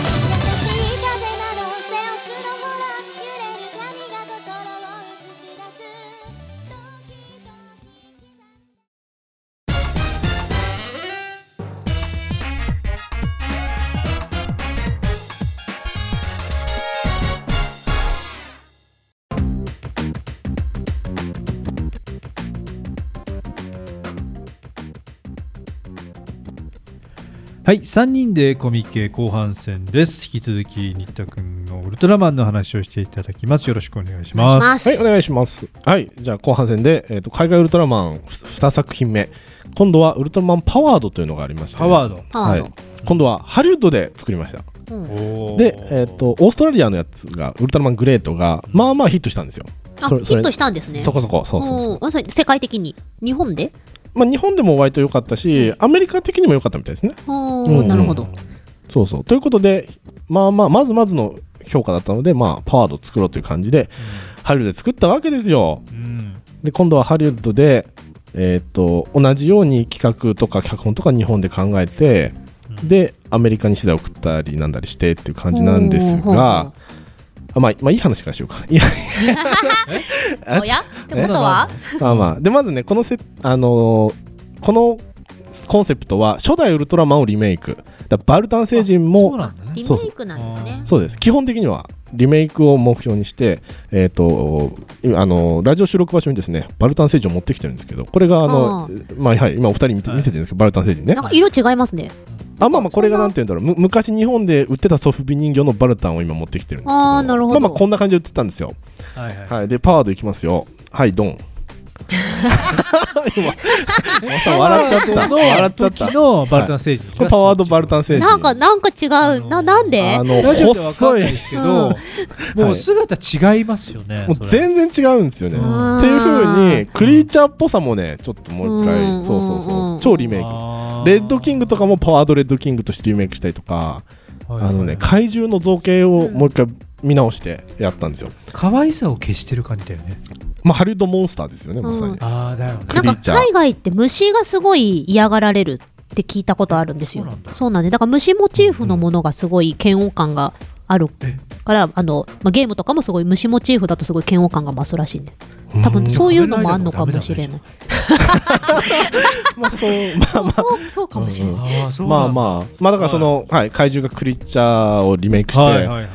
I: 優しい風などセオスのほら揺れる髪が心を映し出す
K: はい、3人でコミケ後半戦です。引き続き、新田君のウルトラマンの話をしていただきます。よろしくお願いします。
L: はい、お願いします。はい、じゃあ後半戦で、えー、と海外ウルトラマン2作品目。今度はウルトラマンパワードというのがありまして、
K: パワードパワ
L: は
K: ード
L: い。今度はハリウッドで作りました。
K: おー
L: で、えー、とオーストラリアのやつがウルトラマングレートがまあまあヒットしたんですよ。
J: あ
L: それそ
J: ヒ
L: れ
J: ットしたんですね
L: そこそこそうそう
J: おーそれ世界的に日本で
L: まあ、日本でも割と良かったし、アメリカ的にも良かったみたいですね。
J: お
L: うん
J: ー
L: うん
J: なるほど
L: そうそうということで、まあまあ、まずまずの評価だったので、まあ、パワード作ろうという感じで、ハリウッドで作ったわけですよ。で、今度はハリウッドで、えーっと同じように企画とか脚本とか日本で考えて、で、アメリカに資材を送ったりなんだりしてっていう感じなんです
J: ほうほうほ
L: が、あまあ、まあ、いい話からしようか。いや
J: おやってことは
L: ねまあまあでまずねこのせあのーこのコンセプトは初代ウルトラマンをリメイクだからバルタン星人も
J: リ
L: そう
J: メイクなんですね
L: そうです基本的にはリメイクを目標にして、えーと今あのーラジオ収録場所にですねバルタン星人を持ってきてるんですけどこれがあの
J: あ
L: まあはい、今お二人見て見せてるんですけどバルタン星人ね
J: なんか色違いますね
L: あまあまあこれがなんて言うんだろうむ昔日本で売ってたソフビ人形のバルタンを今持ってきてるんです
J: ああーなるほ
L: まあ
J: ど
L: まあこんな感じで売ってたんですよ
K: はい
L: はい、でパワードいきますよはい ドン今 さ笑っちゃった笑っちゃった
K: 時のバルタン星人
L: はいこれパワードバルタン星人
J: なんかなんか違うななんで
L: あの
K: ラジオではわかん
L: 細
K: ない
L: い
K: ですけど、
L: うん
K: もう姿違いますよね。
L: もう全然違うんですよね。っていう風にクリーチャーっぽさもねちょっともう一回
K: うん
L: そうそうそう超リメイクレッドキングとかもパワードレッドキングとしてリメイクしたりとかあのね怪獣の造形をもう一回見直してやったんですよ。
K: 可愛さを消してる感じだよね。
L: まあハリウッドモンスターですよねまさに。
K: ああだよね。
L: クリーチャー
J: 海外って虫がすごい嫌がられるって聞いたことあるんですよ。そうなんだ。です。だから虫モチーフのものがすごい嫌悪感があるから、あの、まあ、ゲームとかもすごい虫モチーフだとすごい嫌悪感が増すらしいね。多分そういうのもあんのかもしれない。
L: まあそうまあまあ
J: そうそうかもしれない。
L: まあまあまあだからその、はい怪獣がクリーチャーをリメイクして、
K: はいはいはい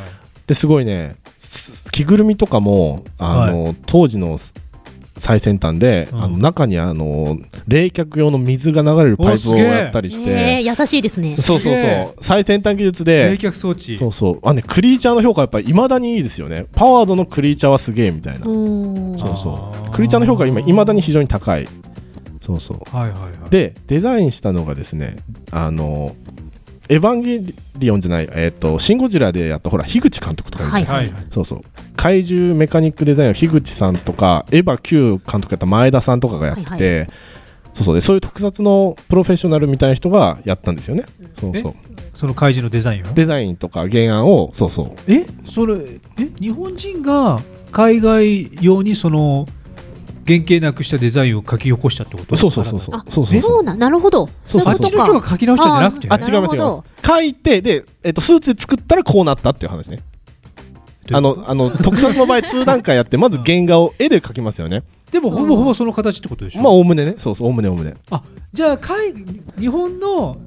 L: ですごいねす着ぐるみとかもあの、当時のす最先端で、あの中にあの冷却用の水が流れるパイプをやったりして、
J: えー、優しいですね。
L: そうそうそう最先端技術で
K: 冷却装置
L: そうそうあねクリーチャーの評価はやっぱりいまだにいいですよねパワードのクリーチャーはすげえみたいなそうそうクリーチャーの評価は今いまだに非常に高いそうそう、
K: はいはいは
L: でデザインしたのがですねあのエヴァンゲリオンじゃない、えっとシン・ゴジラでやったほら樋口監督とかいるじゃないですか、
K: はいは
L: そうそう怪獣メカニックデザインを樋口さんとかエヴァ Q 監督やった前田さんとかがやってて、
K: はいは
L: そうそうでそういう特撮のプロフェッショナルみたいな人がやったんですよね、そうそう
K: その怪獣のデザインを。
L: デザインとか原案をそうそう
K: えそれえ日本人が海外用にその原型なくしたデザインを書き起こしたってこと
L: そうそうそうそう
K: あ
L: そう
J: そうななるほど。
L: そうそう
J: いこと
K: あっちの人が書き直したんじゃなくて
L: あ違います違います書いてで、えっとスーツで作ったらこうなったっていう話ねあのあの特撮の場合2段階やってまず原画を絵で描きますよね
K: でもほぼほぼその形ってことでしょ、
L: まあおおむねねそうそうおおむねおおむね
K: じゃあ海日本の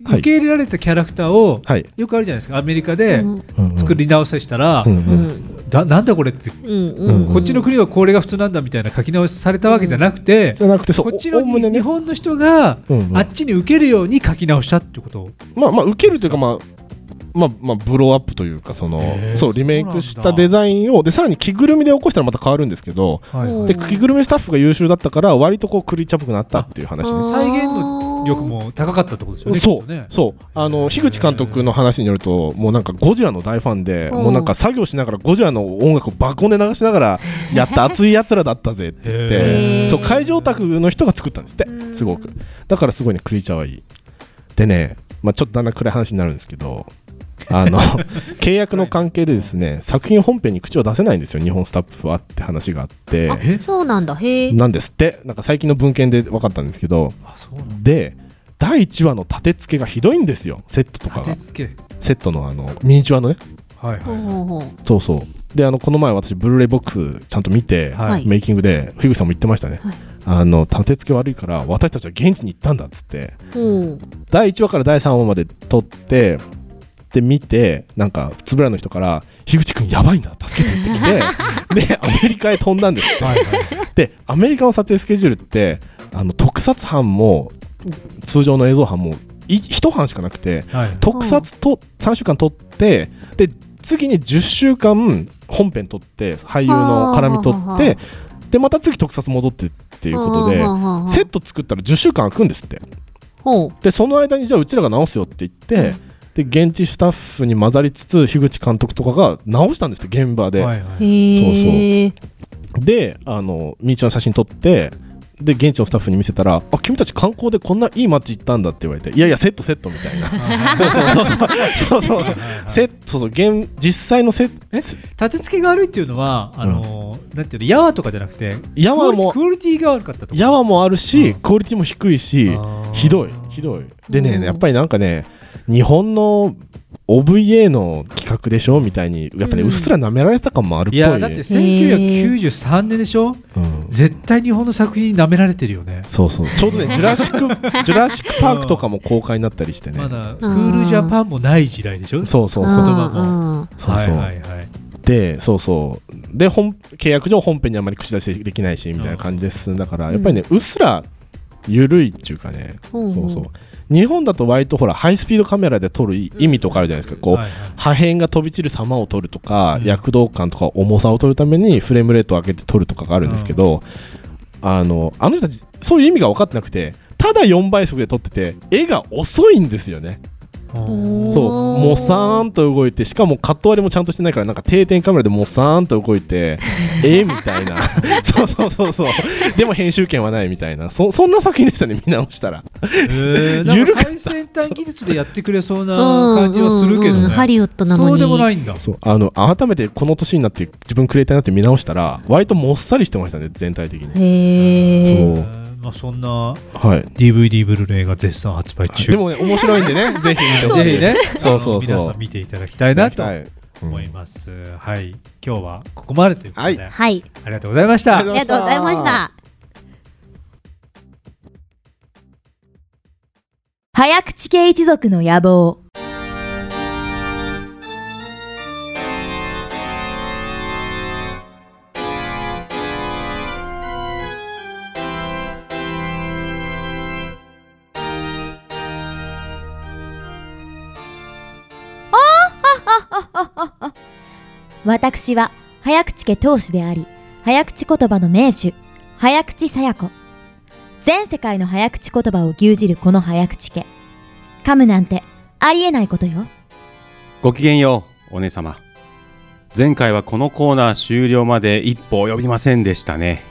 K: 受け入れられたキャラクターを、
L: はい
K: よくあるじゃないですかアメリカで
L: うん
K: 作り直させたら、
L: うん
K: だなんだこれって、
J: うん
L: うん
K: こっちの国はこれが普通なんだみたいな書き直しされたわけじゃなくて、
L: じゃなくてそう
K: こっちのに、日本の人が、
L: うんうん
K: あっちに受けるように書き直したってこと
L: まあまあ受けるというかまあまあまあブローアップというかそのそうリメイクしたデザインをでさらに着ぐるみで起こしたらまた変わるんですけど、
K: はいはい
L: で着ぐるみスタッフが優秀だったから割とこうクリーチャーっぽくなったっていう話ね
K: 再現の力も高かったってことです
L: そ
K: よねきっ
L: う、
K: とね
L: そうあの樋口監督の話によるともうなんかゴジラの大ファンで、
K: うん
L: もうなんか作業しながらゴジラの音楽を爆音で流しなが らやった熱いやつらだったぜって言っ
K: へ
L: て
K: ー
L: そう会場宅の人が作ったんですってすごくだからすごいねクリーチャーはいいでね、まあ、ちょっとだんだん暗い話になるんですけどあ の契約の関係でですね作品本編に口を出せないんですよ日本スタッフはって話があって
J: あそうなんだ。へえ。
L: なんですってなんか最近の文献で分かったんですけどで第1話の立て付けがひどいんですよセットとかが
K: 立て付け
L: セットのあのミニチュアのね
K: はい
J: ほうほうほう
L: そうそうであのこの前私ブルーレイボックスちゃんと見て、
J: はい
L: メイキングでフィグさんも言ってましたね、あの立て付け悪いから私たちは現地に行ったんだっつって
J: ほう
L: 第1話から第3話まで撮ってで見てなんか円谷の人から「樋口君やばいんだ助けて」ってき てでアメリカへ飛んだんですって、でアメリカの撮影スケジュールってあの特撮班も通常の映像班もい一班しかなくて、
K: はい
L: 特撮と3週間撮ってで次に10週間本編撮って俳優の絡み撮
K: はあはあ
L: っ
K: は
L: てでまた次特撮戻ってっていうことで
K: はあはあはあ
L: セット作ったら10週間空くんですって。
J: ほう。
L: でその間にじゃあうちらが直すよって言って、で現地スタッフに混ざりつつ樋口監督とかが直したんですって現場で、
J: へえ。
L: であのみーちゃんの写真撮ってで現地のスタッフに見せたらあ君たち観光でこんないい街行ったんだって言われていやいやセットセットみたいなそうそうそうそうそうセットそうそう現実際のセッ
K: え立て付けが悪いっていうのはあのーなんていうのヤワとかじゃなくて
L: ヤワも
K: クオリティが悪かった
L: やわもあるし、クオリティも低いしひどいひどいでね、やっぱりなんかね日本の OVA の企画でしょみたいにやっぱね、
K: う
L: うんっすら舐められた感もあるっぽ
K: い
L: い
K: やだって1993年でしょ、絶対日本の作品に舐められてるよね
L: そうそうちょうどねジュラシッ クジュラシックパークとかも公開になったりしてね、
K: まだクールジャパンもない時代でしょ
L: そうそうそう
K: 言葉も
L: そうそう、
K: はいはいはい
L: でそうそうで本契約上本編にあんまり口出しできないしみたいな感じで進んだから、
K: うん
L: やっぱりねうっすら緩いっていうかね、
K: うん
L: そうそう日本だと割とほらハイスピードカメラで撮る意意味とかあるじゃないですか、こう、
K: はいはい
L: 破片が飛び散る様を撮るとか、躍動感とか重さを撮るためにフレームレートを上げて撮るとかがあるんですけど、あのあの人たちそういう意味が分かってなくてただ4倍速で撮ってて絵が遅いんですよね。そうもさーんと動いてしかもカット割りもちゃんとしてないからなんか定点カメラでもさーんと動い てえみたいな そうそうそうそうでも編集権はないみたいなそそんな作品でしたね見直したら、
K: えーなんか最先端技術でやってくれそうな感じはするけどね、
I: うんうんうんハリウッドなのに
K: そうでもないんだ
L: そうあの改めてこの年になって自分クリエイターになって見直したら割ともっさりしてましたね全体的に
I: へ
L: そう
K: まあ、そんな
L: はい
K: DVD ブルーレイが絶賛発売中
L: でもね面白いんで ねぜひ見てほしい
K: ぜひね
L: そうそうそう
K: あの皆さん見ていただきたいなと思います、はい今日はここまでということで、
I: はい
K: ありがとうございました
I: ありがとうございました。
A: 早口系一族の野望私は早口家当主であり早口言葉の名手早口さや子全世界の早口言葉を牛耳るこの早口家噛むなんてありえないことよ
D: ごきげんようお姉様前回はこのコーナー終了まで一歩及びませんでしたね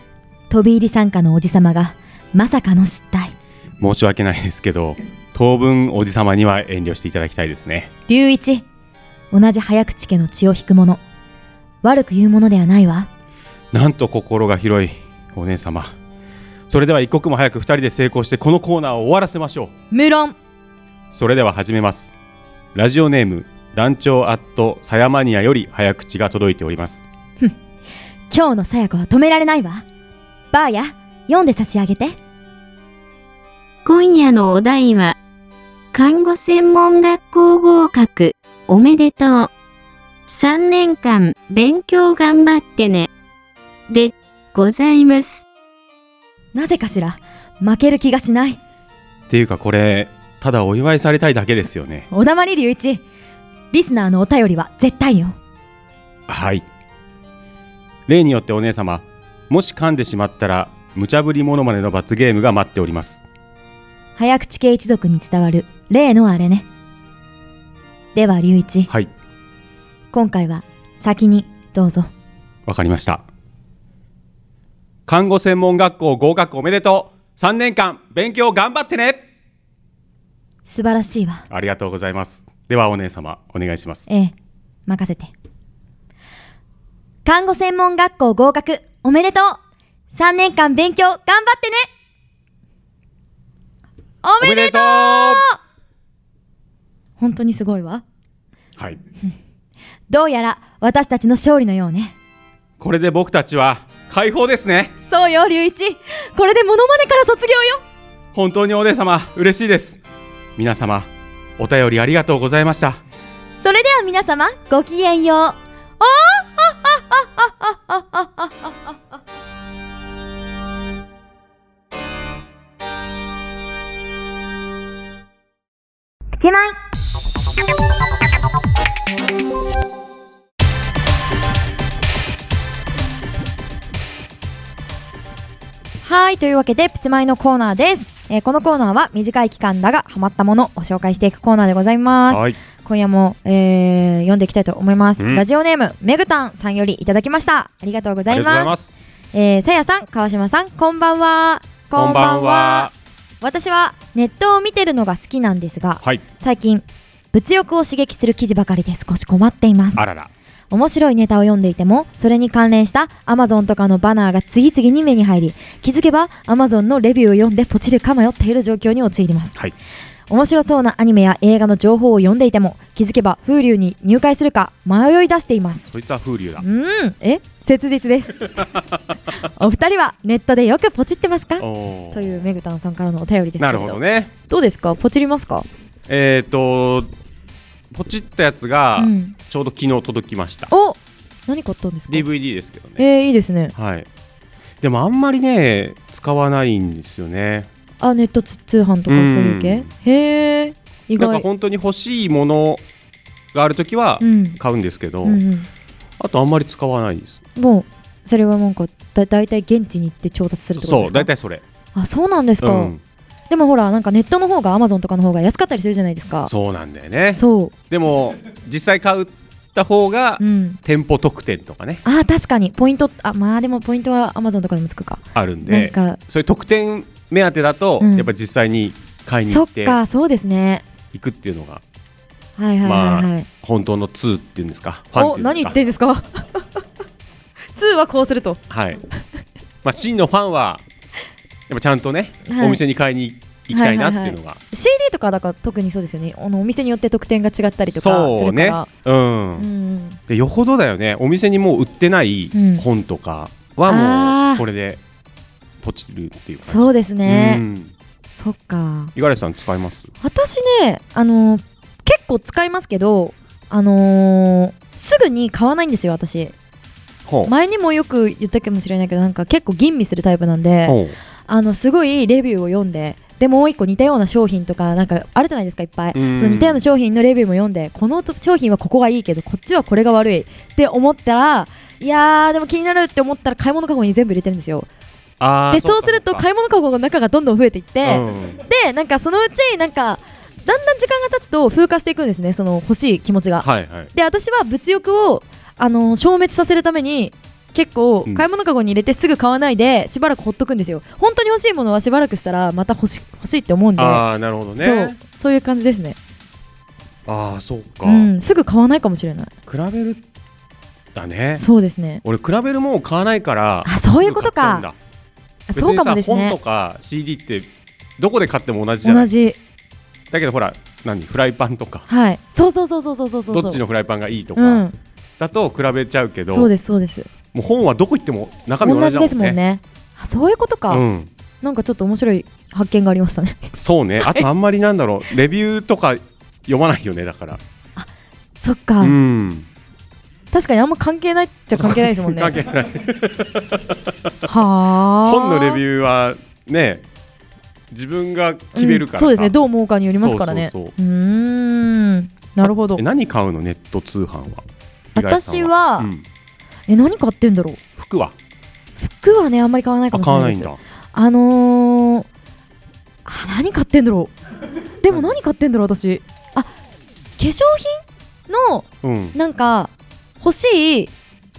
A: 飛び入り参加のおじさまがまさかの失態
D: 申し訳ないですけど当分おじ様には遠慮していただきたいですね
A: 龍一同じ早口家の血を引く者悪く言うものではないわ
D: なんと心が広いお姉様それでは一刻も早く二人で成功してこのコーナーを終わらせましょう
A: 無論
D: それでは始めますラジオネーム団長アットさやマニアより早口が届いております
A: 今日のさや子は止められないわバーや読んで差し上げて
J: 今夜のお題は、看護専門学校合格、おめでとう。3年間、勉強頑張ってね。で、ございます。
A: なぜかしら負ける気がしない
D: っていうかこれただお祝いされたいだけですよね
A: おだまり龍一リスナーのお便りは絶対よ
D: はい例によってお姉様もし噛んでしまったら無茶ぶりモノマネの罰ゲームが待っております
A: 早口系一族に伝わる例のあれねでは龍一
D: はい
A: 今回は先にどうぞ
D: わかりました看護専門学校合格おめでとう3年間勉強頑張ってね
A: 素晴らしいわ
D: ありがとうございますではお姉様お願いします
A: ええ任せて看護専門学校合格おめでとう3年間勉強頑張ってねおめでとう本当にすごいわ
D: はい
A: どうやら私たちの勝利のようね
D: これで僕たちは解放ですね
A: そうよ龍一これでモノマネから卒業よ
D: 本当にお姉様嬉しいです皆様お便りありがとうございました
A: それでは皆様ごきげんようおーあああああああああ
O: プチマイ
A: はい、というわけで、プチマイのコーナーです。えーこのコーナーは短い期間だが、ハマったものを紹介していくコーナーでございます。
D: はい
A: 今夜も、えー読んでいきたいと思います。
D: うん
A: ラジオネーム、めぐたんさんよりいただきました。ありがとうございます。
D: す
A: えー、さやさん、川島さん、こんばんは。
D: こんばんは。
A: 私はネットを見てるのが好きなんですが、
D: はい
A: 最近物欲を刺激する記事ばかりで少し困っています
D: あらら
A: 面白いネタを読んでいてもそれに関連した Amazon とかのバナーが次々に目に入り気づけば Amazon のレビューを読んでポチるか迷っている状況に陥ります、
D: はい
A: 面白そうなアニメや映画の情報を読んでいても気づけば Hulu に入会するか迷い出しています
D: そいつは風流だ
A: うんえ切実です お二人はネットでよくポチってますか
D: おー
A: というメグタンさんからのお便りですけれ
D: なるほどね
A: どうですかポチりますか
D: えっ、とポチったやつが
A: うん
D: ちょうど昨日届きました、
A: お何買ったんですか
D: DVD ですけどね
A: えー、いいですね
D: はいでもあんまりね使わないんですよね
A: あネットつ通販とかそういう系へえ意
D: なんか
A: 外
D: 本当に欲しいものがあるときは
A: うん
D: 買うんですけど、
A: うんうん
D: あとあんまり使わないです
A: もうそれはなんかだ大体現地に行って調達するってこと
D: そ
A: で
D: う
A: すか
D: 大体それ
A: あそうなんですか、
D: うん
A: でもほらなんかネットの方がアマゾンとかの方が安かったりするじゃないですか
D: そうなんだよね
A: そう
D: でも実際買った方が
A: うん
D: 店舗特典とかね、
A: あー確かにポイントあまあでもポイントはアマゾンとかにもつくか
D: あるんで
A: なんか
D: そういう特典目当てだと、
A: うん
D: やっぱ実際に買いに行
A: そ
D: っ
A: ってかそうですね
D: 行くっていうのが
A: はいはいはいはい、
D: まあ本当の2っていうんですかファンって
A: お
D: いうんですか
A: 何言ってんですか 2はこうすると
D: はいまあ真のファンはやっぱちゃんとね、
A: はい
D: お店に買いに行きたいなっていうの
A: はは
D: が、
A: は CD とかだから特にそうですよねあのお店によって特典が違ったりとかす
D: そう
A: るか
D: ね
A: ら
D: うん、
A: うん
D: でよほどだよねお店にもう売ってない
A: うん
D: 本とか
A: あ
D: はも
A: ー
D: うこれでポチるっていう感じ
A: そうですね
D: うん
A: そっか
D: 五十嵐さん使います
A: 私ねあの結構使いますけどあのーすぐに買わないんですよ私
D: ほう
A: 前にもよく言ったかもしれないけどなんか結構吟味するタイプなん
D: ほう
A: であのすごいレビューを読んででもう一個似たような商品とかなんかあるじゃないですかいっぱいそ
D: うん
A: の似たような商品のレビューも読んでこの商品はここがいいけどこっちはこれが悪いって思ったらいやーでも気になるって思ったら買い物カゴに全部入れてるんですよ
D: あ
A: でそうすると買い物カゴの中がどんどん増えていって、
D: うん
A: でなんかそのうちなんかだんだん時間が経つと風化していくんですねその欲しい気持ちが、
D: はいはい
A: で私は物欲をあの消滅させるために結構
D: うん
A: 買い物カゴに入れてすぐ買わないでしばらくほっとくんですよ本当に欲しいものはしばらくしたらまた欲し欲しいって思うんで
D: ああなるほどね
A: そうそういう感じですね
D: ああそうか、
A: うんすぐ買わないかもしれない
D: 比べるだね
A: そうですね
D: 俺比べるもんを買わないからあ
A: そういうことかあ
D: 別
A: そう
D: に
A: か
D: さ、
A: もですね
D: 本とか CD ってどこで買っても同じじゃな
A: 同
D: い
A: じ
D: だけどほら何フライパンとか
A: はいそうそうそうそうそうそうそう
D: どっちのフライパンがいいとか、
A: うん
D: だと比べちゃうけど
A: そうですそうです
D: もう本はどこ行っても中身同
A: 同じ
D: じだ
A: で
D: もんね
A: すもんねあそういうことか、
D: うん
A: なんかちょっと面白い発見がありましたね
D: そうねあとあんまりなんだろうレビューとか読まないよねだから
A: そっか、
D: うん
A: 確かにあんま関係ないっちゃ関係ないですもんね
D: 関 係ない
A: はあ
D: 本のレビューはね自分が決めるからさ、
A: うんそうですねどう思うかによりますからね
D: そうそう
A: うーんなるほど
D: え何買うのネット通販は
A: 私
D: 五十嵐さ
A: は、
D: んうん
A: え何買ってんだろう
D: 服は
A: 服はねあんまり買わないか
D: あ
A: もし
D: 買
A: れ
D: わ
A: な
D: ない
A: で
D: いん
A: す
D: だ
A: あのー、あ何買ってんだろ うでも何買ってんだろう私あ化粧品の、
D: うん
A: なんか欲しい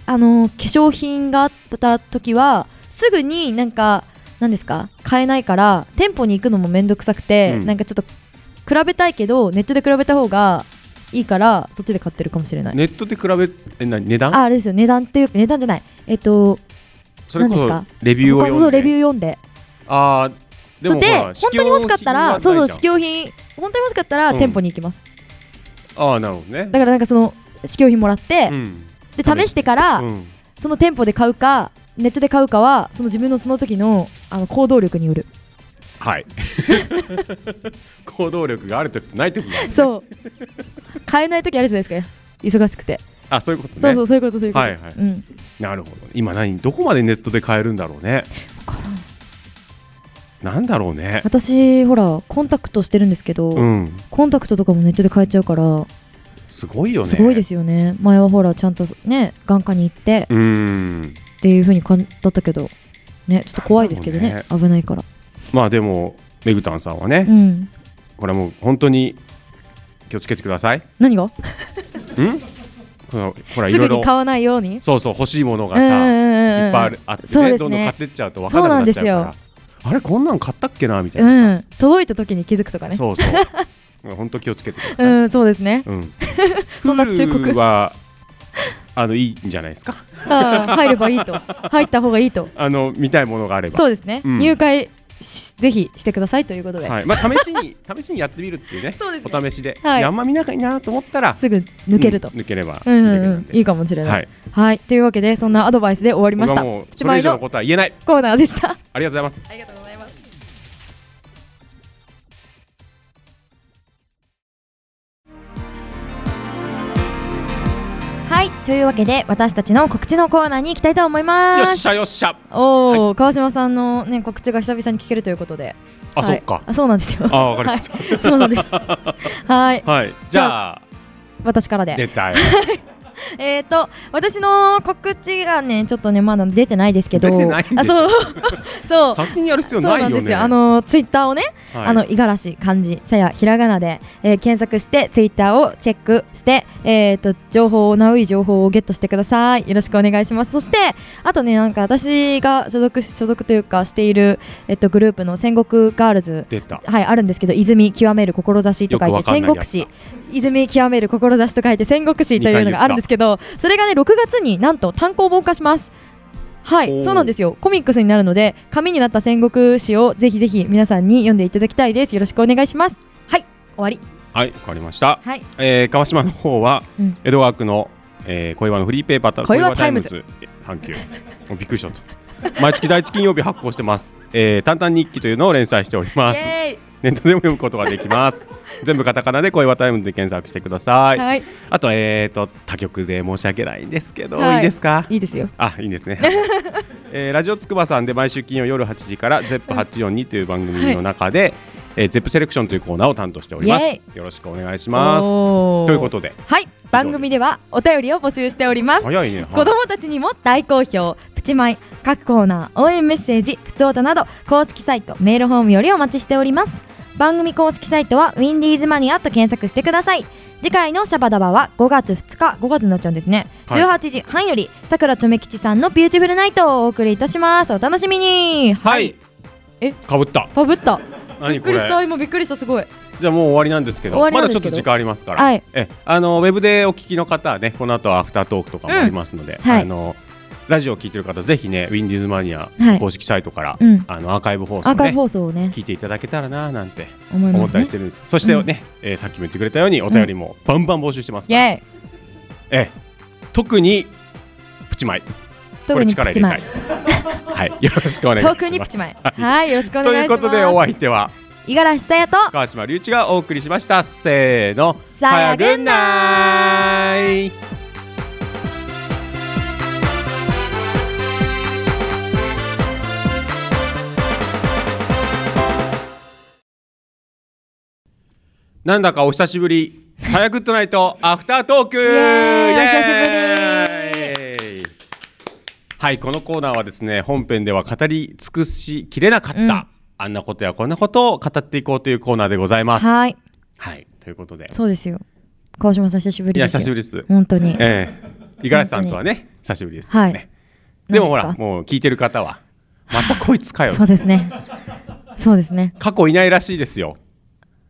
A: あのー化粧品があった時はすぐになんか何ですか買えないから店舗に行くのも面倒くさくて、
D: うん
A: なんかちょっと比べたいけどネットで比べた方がいいからそっちで買ってるかもしれない、
D: ネットで比べえな値段
A: ああれですよ値段っていうか値段じゃないえっと
D: それこそ
A: 何ですか
D: レビューを読んで
A: そうレビュー読んで
D: あーで
A: そう
D: も
A: で
D: ほ
A: 本
D: ら
A: 当に欲しかったらそうそう試
D: 供
A: 供品本当に欲しかったら
D: うん
A: 店舗に行きます、
D: ああなるほどね
A: だからなんかその試供品もらって、
D: うん
A: で試してから、
D: うん
A: その店舗で買うかネットで買うかはその自分のその時のあの行動力 による
D: はい行動力がある時とない時がある
A: そう買えない時あるじゃないですか忙しくて
D: あそういうことね
A: そうそうそういうことそういうこと
D: はいはい、
A: うん
D: なるほど今何どこまでネットで買えるんだろうねなんだろうね
A: 私ほらコンタクトしてるんですけど、
D: うん
A: コンタクトとかもネットで買えちゃうから
D: すごいよね
A: すごいですよね前はほらちゃんとね眼科に行って、
D: うーん
A: っていう風にかんだったけどねちょっと怖いですけどね
D: そうね
A: 危ないから
D: まあでもメグタンさんはね、
A: うん
D: これもう本当に気をつけてくださいん
A: 何が
D: ほ らい
A: すぐ
D: ろいろ
A: に買わないように
D: そうそう欲しいものがさ、
A: うんうんうんうん
D: いっぱいあるあって、ね
A: そうですね
D: どんどん買ってっちゃうと分からなくなっちゃう
A: そう
D: か
A: なん
D: ら
A: で
D: あれこんなん買ったっけなみたいな、
A: うん届いた時に気づくとかね
D: そうそう本当気をつけてください、
A: うんそうですね
D: うん、
A: そんな忠
D: ルール
A: 告
D: はあのいいんじゃないですか
A: あー入ればいいと入った方がいいと
D: あの見たいものがあれば
A: そうですね、
D: ん
A: 入会しぜひしてくださいということで、
D: はいまあ、試しに試しにやってみるっていうねお試しで、
A: はい
D: いやあんま見なきゃいいなと思ったら
A: すぐ抜けると、
D: うん抜ければ
A: うんうんうんいいかもしれない。は
D: はいい、
A: というわけでそんなアドバイスで終わりまし
D: 僕
A: た。
D: はもうそれ以上
A: プチマイ
D: のことは言えない
A: コーナーでした。
D: ありがとうございます
A: ありがとうございます。はい、というわけで私たちの告知のコーナーに行きたいと思います。
D: よっしゃよっしゃ
A: おお、川島さんのね告知が久々に聞けるということで。
D: あ
A: はい
D: そっか
A: あ、そうなんですよ。
D: あわかりました
A: はいそうなんです。はい。
D: はいじゃあ
A: 私からで。
D: 出たよ
A: えっと私の告知がねちょっとねまだ出てないですけど
D: 出てないんでしょ
A: あそう そう
D: 先にやる必要ないよね
A: そうなんですよあのツイッターをね、
D: はい
A: あの五十嵐漢字さやひらがなで、えー検索してツイッターをチェックしてえっ、と情報をナウい情報をゲットしてくださいよろしくお願いしますそしてあとねなんか私が所属し所属というかしているえっ、とグループの戦国ガールズ
D: 出た
A: はいあるんですけど泉極める志と書い
D: よくわ
A: て
D: かんない
A: 戦
D: やつ
A: 国志泉極める志と書いて戦国志というのがあるんですけどそれがね6月になんと単行本化しますはい
C: おー
A: そうなんですよコミックスになるので紙になった戦国史をぜひぜひ皆さんに読んでいただきたいですよろしくお願いしますはい終わり
D: はい、わかりました。
A: はい
D: えー川島の方は、
A: うん
D: 江戸川区の、えー、小岩のフリーペーパーた
A: 小岩タイムズ
D: 阪急。もうびっくりしちゃった。毎月第一金曜日発行してます。えー、淡々日記というのを連載しております
A: イエーイ。
D: ネットでも読むことができます。全部カタカナで小岩タイムズで検索してください。
A: はい
D: あと、えーと、他局で申し訳ないんですけど、
A: はい
D: いいですか。
A: いいですよ。
D: あ、いいんですね。 えーラジオつくばさんで毎週金曜夜8時から ZEP842 という番組の中で、えー、ZEP セレクションというコーナーを担当しております
A: イエ。
D: よろしくお願いします。
A: おー
D: ということで、
A: はい番組ではお便りを募集しております
D: 早いね。はい
A: 子どもたちにも大好評プチマイ各コーナー応援メッセージふつおたなど公式サイトメールフォームよりお待ちしております番組公式サイトはウィンディーズマニアと検索してください次回のシャバダバは5月2日5月になっちゃうんですね、
C: はい
A: 18時半よりさくらちょめ吉さんのビューティフルナイトをお送りいたしますお楽しみにはいえ
D: かぶった。
A: パブったび
D: 何
A: っ
D: こ
A: くり
D: れ。
A: した今びっくりしたすごい
D: じゃあもう終わりなんですけど、
A: 終わ
D: ま
A: りなん
D: だ
A: で
D: ち
A: す
D: ょ
A: け
D: っ
A: ど
D: と時間ありますから、
A: はい
D: え、あのウェブでお聞きの方はね、この後はアフタートークとかもありますので、
A: うんはい
D: あのラジオを聞いてる方ぜひね、ウィンディーズマニア
A: はい
D: 公式サイトから、
A: うん
D: あのアーカイブ放送
A: ア
D: ね
A: ーカイブ放送をね
D: 聞いていただけたらななんて
A: 思いますね
D: 思ったりしてるんです。そしてね、えーさっきも言ってくれたようにお便りもバンバン募集してます
A: イ
D: から、
A: エーイ
D: ええ、特にプチマイ。
A: 特にプチマイ
D: これ力入れたい。はい、よろしくお願いします。
A: 特にプチマイ
D: はい
A: はいよろしくお願いします
D: ということでお相手は
A: 五十嵐さやと
D: 川島隆一がお送りしました。せーの、
A: さやぐん
D: ナイ。なんだかお久しぶり。さやグッドナイトアフタート ーク。
P: お久しぶり
D: り。はい、このコーナーはですね、本編では語り尽くしきれなかった、あんなことやこんなことを語っていこうというコーナーでございます。
A: はい
D: はい、ということで。
A: そうですよ川島さん久しぶ
D: い
A: り
D: や、
A: ですよ
D: 久しぶりです。
A: 本当に、
D: ええ五十嵐さんとはね、久しぶりですもんね。
A: はい
D: でもほら、もう聞いてる方は、またこいつかよ。
A: そうですね。そうですね。
D: 過去いないらしいですよ。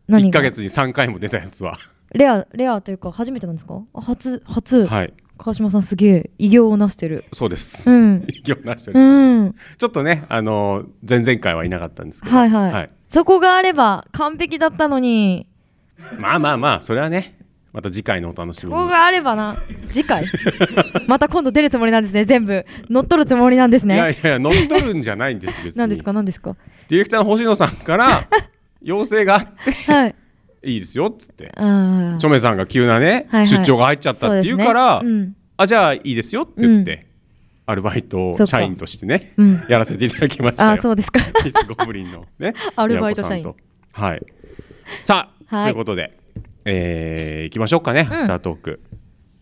A: 何
D: 1
A: が
D: ヶ月に3回も出たやつは。
A: レアレアというか初めてなんですか？あ初初。
D: はい。
A: 川島さんすげえ偉業をなしてる。
D: そうです。
A: うん。
D: 偉業なしております
A: うん。
D: ちょっとね、あのー前々回はいなかったんですけど。
A: はいはい。そこがあれば完璧だったのに、
D: まあまあまあ、それはね、また次回のお楽しみ
A: そ
D: に。
A: こがあればな。次 回。また今度出るつもりなんですね。全部乗っ取るつもりなんです
D: いやい
A: ね。
D: や、乗っ取るんじゃないんです、別に。
A: なんですかなんですか。
D: ディレクターの星野さんから 要請があって、
A: はい、
D: いですよっつって
A: あー
D: チョメさんが急なね、
A: はいはい
D: 出張が入っちゃったって言うか
A: そ
D: ら
A: うですねうん
D: あじゃあいいですよって言って、アルバイト
A: そっか
D: 社員としてね、
A: うん
D: やらせていただきましたよ
A: あーそうですか
D: ミスゴブリンのね
A: アルバイト社員
D: 平子さんとはいさあ、
A: はい
D: ということで、えー、いきましょうかね、
A: うん
D: アフタートーク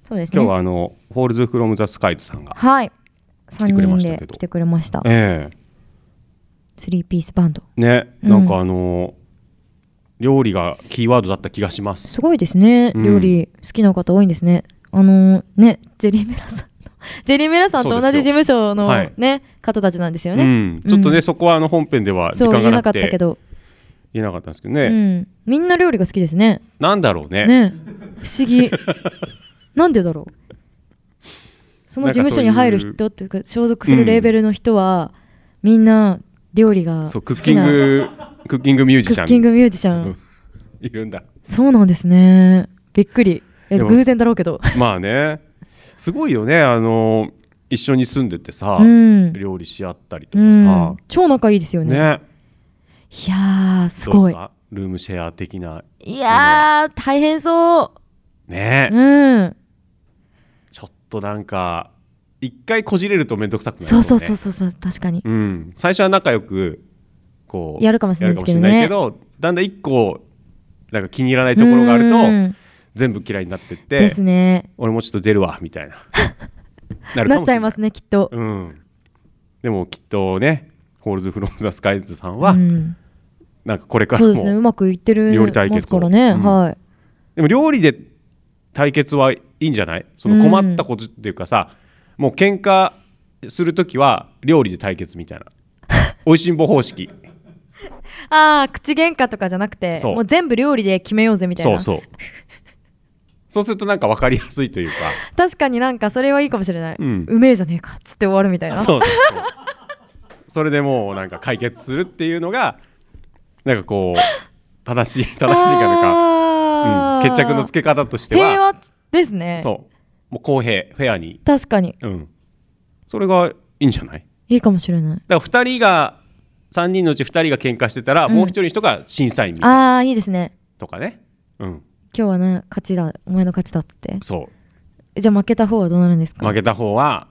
A: そうですね。
D: 今日はあの「フォールズ・フロム・ザ・スカイズ」さんが、
A: はい。三
D: てくれ
A: 人
D: ました
A: で
D: けど
A: 来てくれました。
D: え
A: スリーピースバンド。
D: えね
A: うん
D: なんかあの料理がキーワードだった気がします
A: すごいですね。
D: うん
A: 料理好きな方多いんですね。あのねジェリーメラさんの ジェリーメラさんと同
D: そうです
A: じ
D: よ
A: 事務所の
D: はい
A: ね方たちなんですよね、
D: うん、ちょっとね、そこはあの本編では時
A: そう
D: 間
A: 言え
D: が
A: な
D: な
A: かっ
D: く
A: た
D: て
A: けど、
D: 言えなかったんですけど
A: う
D: ね、
A: ん、みんな料理が好きですね
D: なんだろうね
A: ね不思 議なんでだろうその事務所に入る人っていうか所属するレーベルの人は、みんな料理が
D: そう
A: 好
D: クッキ
A: き
D: ン
A: な
D: グクッキングミュージ
A: ク
D: シャ
A: ッ
D: ン
A: キングミュージシャン
D: いるんだ
A: そうなんですねびっくりえ
D: でも
A: 偶然だろうけど
D: まあねすごいよねあの一緒に住んでてさ、
A: うん
D: 料理し合ったりと
A: う
D: かさ
A: ん、超仲いいですよ
D: ね
A: ねいやーす
D: どうで
A: ご
D: す
A: い
D: かルームシェア的ない
A: やー大変そう
D: ね、
A: うん
D: ちょっとなんか一回こじれると面倒くさくなるも
A: そ
D: ん
A: う
D: ね
A: そうそうそうそう確かに
D: うん、最初は仲良くこう
A: やるかもしれないですけどね
D: やるかもしれないけどだんだん一個なんか気に入らないところがあると
A: うん
D: 全部嫌いになってって
A: ですね
D: 俺もちょっと出るわ みたいななるか
A: なっ
D: も
A: ち
D: し
A: ゃい
D: れない
A: ますねきっと
D: うん、でもきっとねホールズ・フロム・ザ・スカイズさんは、
A: うん
D: なんかこれから
A: そう
D: も
A: ですねうまくいってる
D: 料理対
A: ます
D: 決
A: か
D: を
A: らね、
D: うん
A: はい
D: でも料理で対決はいいんじゃないその困ったことっていうかさ、もう喧嘩するときは料理で対決みたいな美味しんぼ方式
A: ああ口喧嘩とかじゃなくて
D: そう
A: もう全部料理で決めようぜみたい
D: そ
A: な
D: うそうそうするとなんか分かりやすいというか
A: 確かになんかそれはいいかもしれない、
D: うん
A: めえじゃねえかっつって終わるみたい な
D: そうそうそうそれでもうなんか解決するっていうのがなんかこう正 しい正しいかなんか、うん、決着のつけ方としては
A: 平和ですね
D: そうもう公平フェアに
A: 確かに
D: うんそれがいいんじゃない
A: いいかもしれない
D: だから2人が3人のうち2人が喧嘩してたら、
A: うん
D: もう1人の人が審査員みたいな
A: ああいいですね
D: とかねうん
A: 今日はね勝ちだお前の勝ちだって
D: そ
A: じゃあ負けた方はどうなるんです
D: う
A: か
D: 負けた方は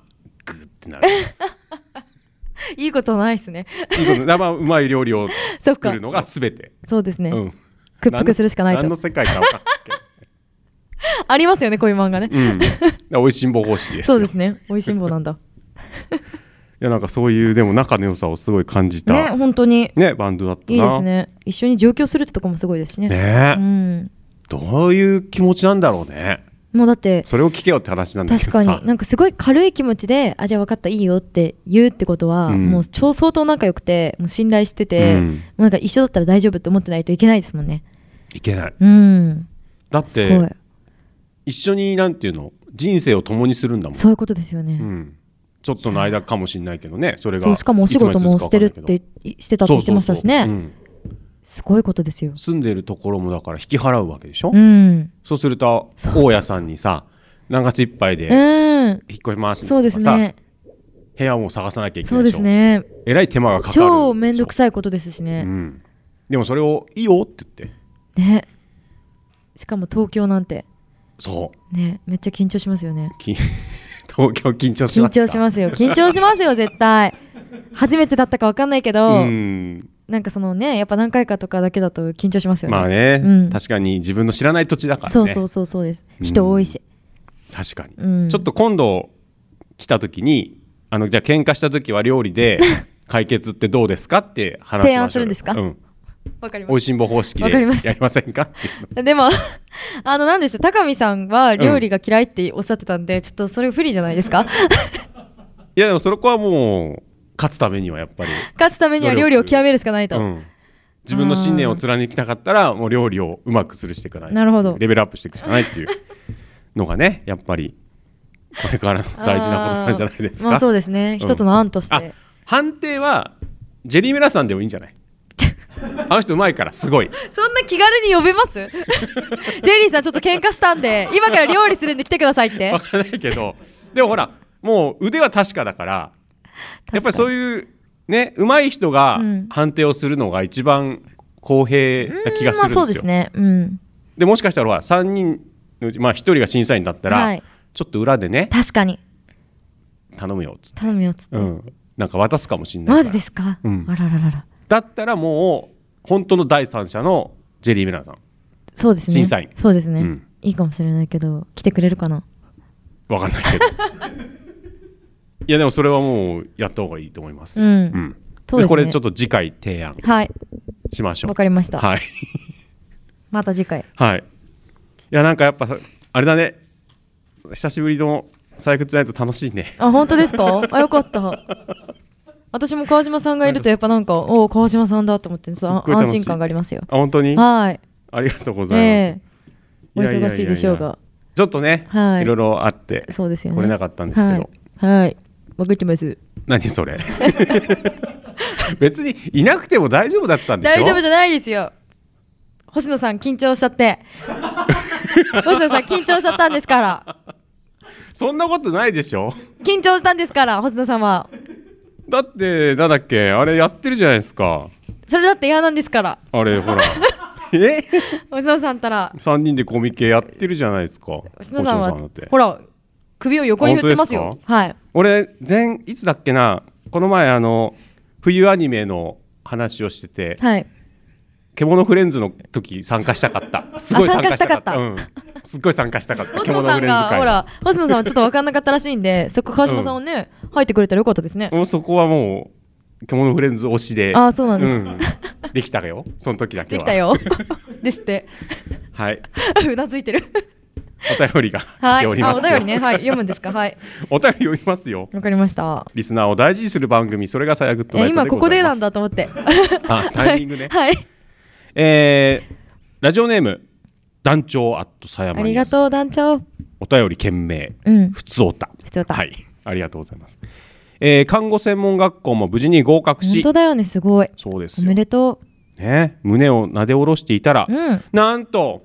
A: いいことないですね
D: いいことだからまあうまい料理を
A: そっか
D: 作るのが全て
A: そうですね、
D: うん
A: 屈服するしかないと
D: 何の何の世界か 分かんないけど
A: ありますよねこういう漫画ね、
D: うん、だから美味しんぼ方式ですよ
A: そうですね美味しんぼなんだ
D: いやなんかそういうでも仲の良さをすごい感じた
A: ね本当に
D: ねバンドだったない
A: いですね一緒に上京するってとこもすごいですしね
D: ね
A: うん、
D: どういう気持ちなんだろうね
A: もうだって
D: それを聞けよって話なんだけ
A: 確
D: ど
A: か
D: さ
A: になんかすごい軽い気持ちであじゃあ分かったいいよって言うってことは、
D: うん
A: もう超相当仲良くてもう信頼してて、
D: うん
A: もうなんか一緒だったら大丈夫って思ってないといけないですもんね
D: いけない
A: うん
D: だっ
A: すごい
D: て一緒になんていうの人生を共にするんだもん
A: そういうことですよね、
D: うん、ちょっとの間かもしれないけどねそれが
A: そうしかもお仕事もしてるって
D: いつまで続くかわかんないけど
A: いしてたって言ってましたしね
D: そうそうそう
A: すごいことですよ
D: うん住んでるところもだから引き払うわけでしょ、
A: うん
D: そうすると大家さんにさ何月いっぱいで
A: うん
D: 引っ越しますとかさ
A: そうですね
D: 部屋も探さなきゃいけ
A: そ
D: な
A: う
D: いで
A: で
D: しょ
A: すね
D: えらい手間がかかる、
A: 超めんどくさいことですし
D: う
A: ね、
D: ん、でもそれをいいよって言って
A: ねしかも東京なんて
D: そう
A: ねめっちゃ緊張しますよね
D: き 東京緊張し
A: 緊
D: ました
A: 張しますよ緊張しますよ絶対初めてだったか分かんないけど、
D: うん
A: なんかそのねやっぱ何回かとかだけだと緊張しますよね
D: まあね、
A: うん
D: 確かに自分の知らない土地だからね
A: そうそうそうそうです人多いし、
D: 確かに、
A: うん
D: ちょっと今度来た時にあのじゃあ喧嘩した時は料理 で解決ってどうですかって話しましょう
A: 提案するんですか
D: うん、
A: わかりました
D: おいしんぼ方式
A: わか
D: で
A: りました
D: やりませんか っていうの
A: でも あのなんですよ高見さんは料理が嫌いっておっしゃってたんで、ちょっとそれ不利じゃないですか
D: いやでもそれこはもう勝つためにはやっぱり
A: 勝つためには料理を極めるしかないと、
D: うん、自分の信念を貫きたかったらもう料理をうまくするしていかない
A: なるほど
D: レベルアップしていくしかな いっていうのがねやっぱりこれからの大事なことなんじゃないですか
A: あーまあそうですね一つの案として
D: あ判定はジェリー・メラさんでもいいんじ ゃないあの人うまいからすごい
A: そんな気軽に呼べます ジェリーさんちょっと喧嘩したんで今から料理するんで来てくださいって
D: わからないけどでもほらもう腕は確かだからやっぱりそういうねうまい人が
A: うん
D: 判定をするのが一番公平な気がす
A: ま
D: るん
A: あそ
D: ですよ、
A: うですねうん
D: でもしかしたらほら3人のうち、まあ、1人が審査員だったら、
A: はい
D: ちょっと裏でね
A: 確かに
D: 頼むよっつって、
A: 頼むよっつって、
D: うん、なんか渡すかもしれないから
A: マジですか、
D: うん
A: あらららら
D: だったらもう本当の第三者のジェリー・メラさん
A: そうですね
D: 審査員
A: そうですね、
D: うん
A: いいかもしれないけど来てくれるかな
D: わかんないけ どいやでもそれはもうやった方がいいと思います、
A: うんそうですね
D: これちょっと次回提案
A: はい
D: しましょう
A: わかりました
D: はい
A: また次回
D: はいいやなんかやっぱさあれだね久しぶりの採掘じゃないと楽しいね。
A: あ本当ですかあよかった私も川島さんがいるとやっぱなんかおお川島さんだと思ってそう
D: すっごい楽
A: 安
D: しい
A: 心感がありますよ
D: あ本当に
A: はい
D: ありがとうございます。
A: ええお
D: ややや
A: 忙
D: や
A: しいでしょうが
D: ちょっとね、
A: はい
D: い、ろいろあって
A: そうですよね
D: 来れなかったんですけど、
A: はいはい僕言ってます
D: 何それ 別にいなくても大丈夫だったんでしょ
A: 大丈夫じゃないですよ星野さん緊張しちゃって 星野さん緊張しちゃったんですから
D: そんなことないでしょ
A: 緊張したんですから星野さんは
D: だってなんだっけあれやってるじゃないですか
A: それだって嫌なんですから
D: あ れほらえ
A: 星野さんったら
D: 3人でコミケやってるじゃないですか
A: 星野さんは
D: 星野だって
A: ほら首を横に振ってます
D: 本当
A: よ
D: ですか
A: はい
D: 俺前いつだっけなこの前あの冬アニメの話をしてて、
A: はい
D: 獣フレンズの時参加したかったすごい
A: あ参
D: 参
A: 加
D: 加
A: し
D: したた
A: かっ
D: かったたうん、すっごい参加したかった
A: 星野
D: 獣
A: さ
D: フ
A: ん
D: レンズ
A: が
D: 会
A: ほら星野さんはちょっと分かんなかったらしいん でそこ川島さんをね、入ってくれたらよかったですね
D: もうそこはもう獣フレンズ推しで
A: あそうなんです
D: うんできたよその時だけ
A: で
D: は
A: きた よですって
D: はいう
A: なずいてる
D: お便りが 来
A: は
D: ており
A: い
D: ま
A: あ
D: す
A: お
D: よ
A: 便りねはい読むんですかはい
D: お便り読みますよ
A: わかりました
D: リスナーを大事にする番組それがさやグッド
A: いや
D: ナイト
A: 今
D: でご
A: ここ
D: ざ
A: で
D: い
A: な
D: ま
A: ん
D: す
A: だと思って
D: あ タイミング ね、
A: はい
D: えーラジオネーム団長アットさや
A: あ
D: ま
A: り
D: に
A: がとう団長
D: お便り件名、
A: うん
D: ふつおた
A: ふつおた
D: はいありがとうございます、えー看護専門学校も無事に合格
A: 本
D: し
A: 当だよねすごい
D: そうです
A: おめでと
D: ね胸をなで下ろしていたら、
A: うん
D: なんと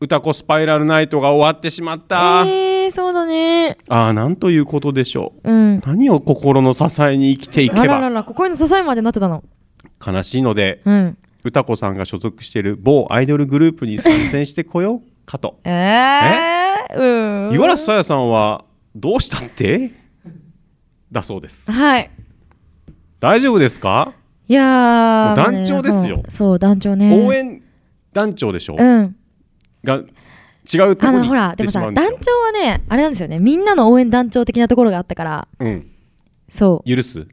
D: 歌子スパイラルナイトが終わってしまっ
A: う
D: た、
A: えー、そうだね
D: ああなんということでしょう、
A: うん
D: 何を心の支えに生きていけば
A: あらららここに支えまでなってたの
D: 悲しいので、
A: うん
D: 歌子さんが所属している某アイドルグループに参戦してこようかと
A: ええー、うん
D: 五十嵐さやさんはどうしたってだそうです
A: はい
D: 大丈夫ですか
A: いやー
D: もう団長ですよ
A: もうそう団長ね
D: 応援団長でしょ、
A: うん
D: が違うと
A: あの
D: ころに
A: ほ
D: 行
A: ら
D: っ
A: で
D: て
A: も
D: し
A: さ
D: まう
A: 団
D: んで
A: 長
D: すよ
A: はねあれなんですよねみんなの応援団長的なところがあったから
D: うん
A: そう
D: 許す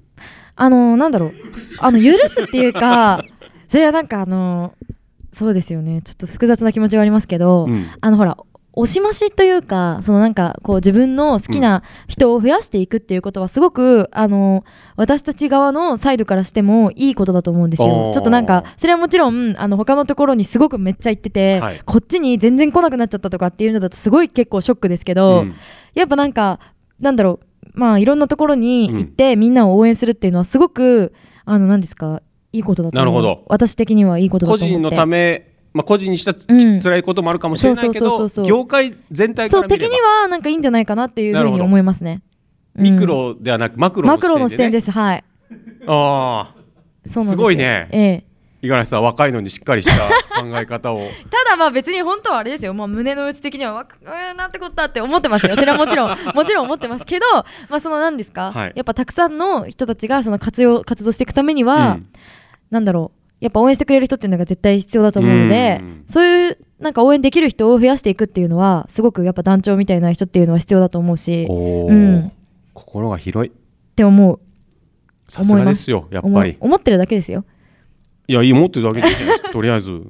A: あのーなんだろうあの許すっていう かそれはなんかあのーそうですよねちょっと複雑な気持ちはありますけど、
C: うん
A: あのほら押し増しというかそのなんかこう自分の好きな人を増やしていくっていうことはすごく、あのー私たち側のサイドからしてもいいことだと思うんですよ
C: おー
A: ちょっとなんかそれはもちろんあの他のところにすごくめっちゃ行ってて、
C: はい
A: こっちに全然来なくなっちゃったとかっていうのだとすごい結構ショックですけど、
C: うん
A: やっぱなんかなんだろうまあいろんなところに行って、みんなを応援するっていうのはすごくあの何ですかいいことだと思う
D: なるほど
A: 私的にはいいことだ
D: 個
A: と思って
D: 人のため、まあ、個人にしたらつ、
A: うん
D: 辛いこともあるかもしれないけ
A: そうそう
D: ど
A: そうそう
D: 業界全体か
A: そ
D: ら
A: う
D: 見
A: 的
D: れば
A: にはなんかいいんじゃないかなっていうふう
D: なるほ
A: に
D: ど
A: 思いますね
D: ミクロではなくマクロの
A: マ
D: 視
A: ク
D: 点で、
A: ロ
D: ね、
A: の視点ですはい
D: ああ
A: そうなんですよ
D: ごいね、
A: ええ
D: 五十嵐さん若いのにしっかりした考え方 を
A: ただまあ別に本当はあれですよ、まあ、胸の内的にはわくうーんなんてことだって思ってますよそれはもちろん もちろん思ってますけどまあその何ですか、
C: はい
A: やっぱたくさんの人たちがその活用活動していくためには、
C: うん
A: なんだろうやっぱ応援してくれる人っていうのが絶対必要だと思うのでそういうなんか応援できる人を増やしていくっていうのはすごくやっぱ団長みたいな人っていうのは必要だと思うし、
D: おー
A: うん、っ
D: 心が広い
A: て思う
D: さすがですよ
A: 思い
D: やっ
A: ます思
D: ぱ
A: う
D: り
A: 思ってるだけですよ
D: いやいい持ってるだけでいいじゃないですかとりあえず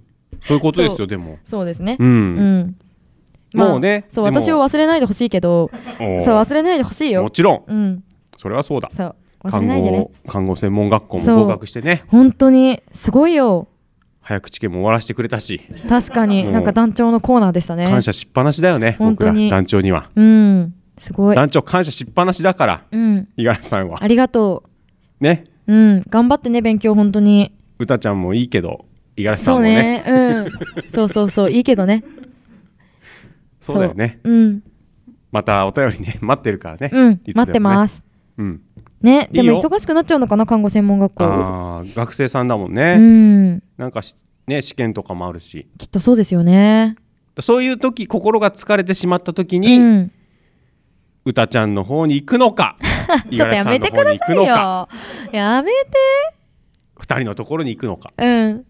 D: そういうことですよでも
A: そうですね。
D: うん
A: うんまあ
D: もうね
A: そう
D: でも
A: 私を忘れないでほしいけど、そう
D: おー
A: 忘れないでほしいよ。
D: もちろん
A: うん。
D: それはそうだ
A: そう忘れ
D: 看
A: ないでね
D: 護。看護専門学校
A: そう
D: も合格してね
A: 本当にすごいよ。
D: 早口研も終わらせてくれたし
A: 確かに
D: もう
A: なんか団長のコーナーでしたね。
D: 感謝しっぱなしだよね
A: 本当
D: 僕ら
A: に
D: 団長には
A: うん。すごい。
D: 団長感謝しっぱなしだから
A: うん。
D: 五十嵐さんは
A: ありがと
D: ね
A: う。うん。頑張ってね勉強本当に。
D: 歌ちゃんもいいけど五十嵐さ
A: そう
D: んもね
A: ね。うん。そうそう そういいけどね。
D: そうだよね
A: そううん。
D: またお便りね 待ってるからね
A: うん
D: いつでもね
A: 待ってます
D: うん
A: ねでも
D: いいよ
A: 忙しくなっちゃうのかな看護専門学校。
D: あー学生さんだもんね
A: うん
D: なんかしね試験とかもあるし
A: きっとそうですよね。
D: そういう時心が疲れてしまった時に、
A: うん。
D: 歌ちゃんの方に行くのか
A: ちょっとやめてください
D: 五十嵐の方に行くのか
A: よ。やめて。
D: 二人のところに行くのか
A: うん。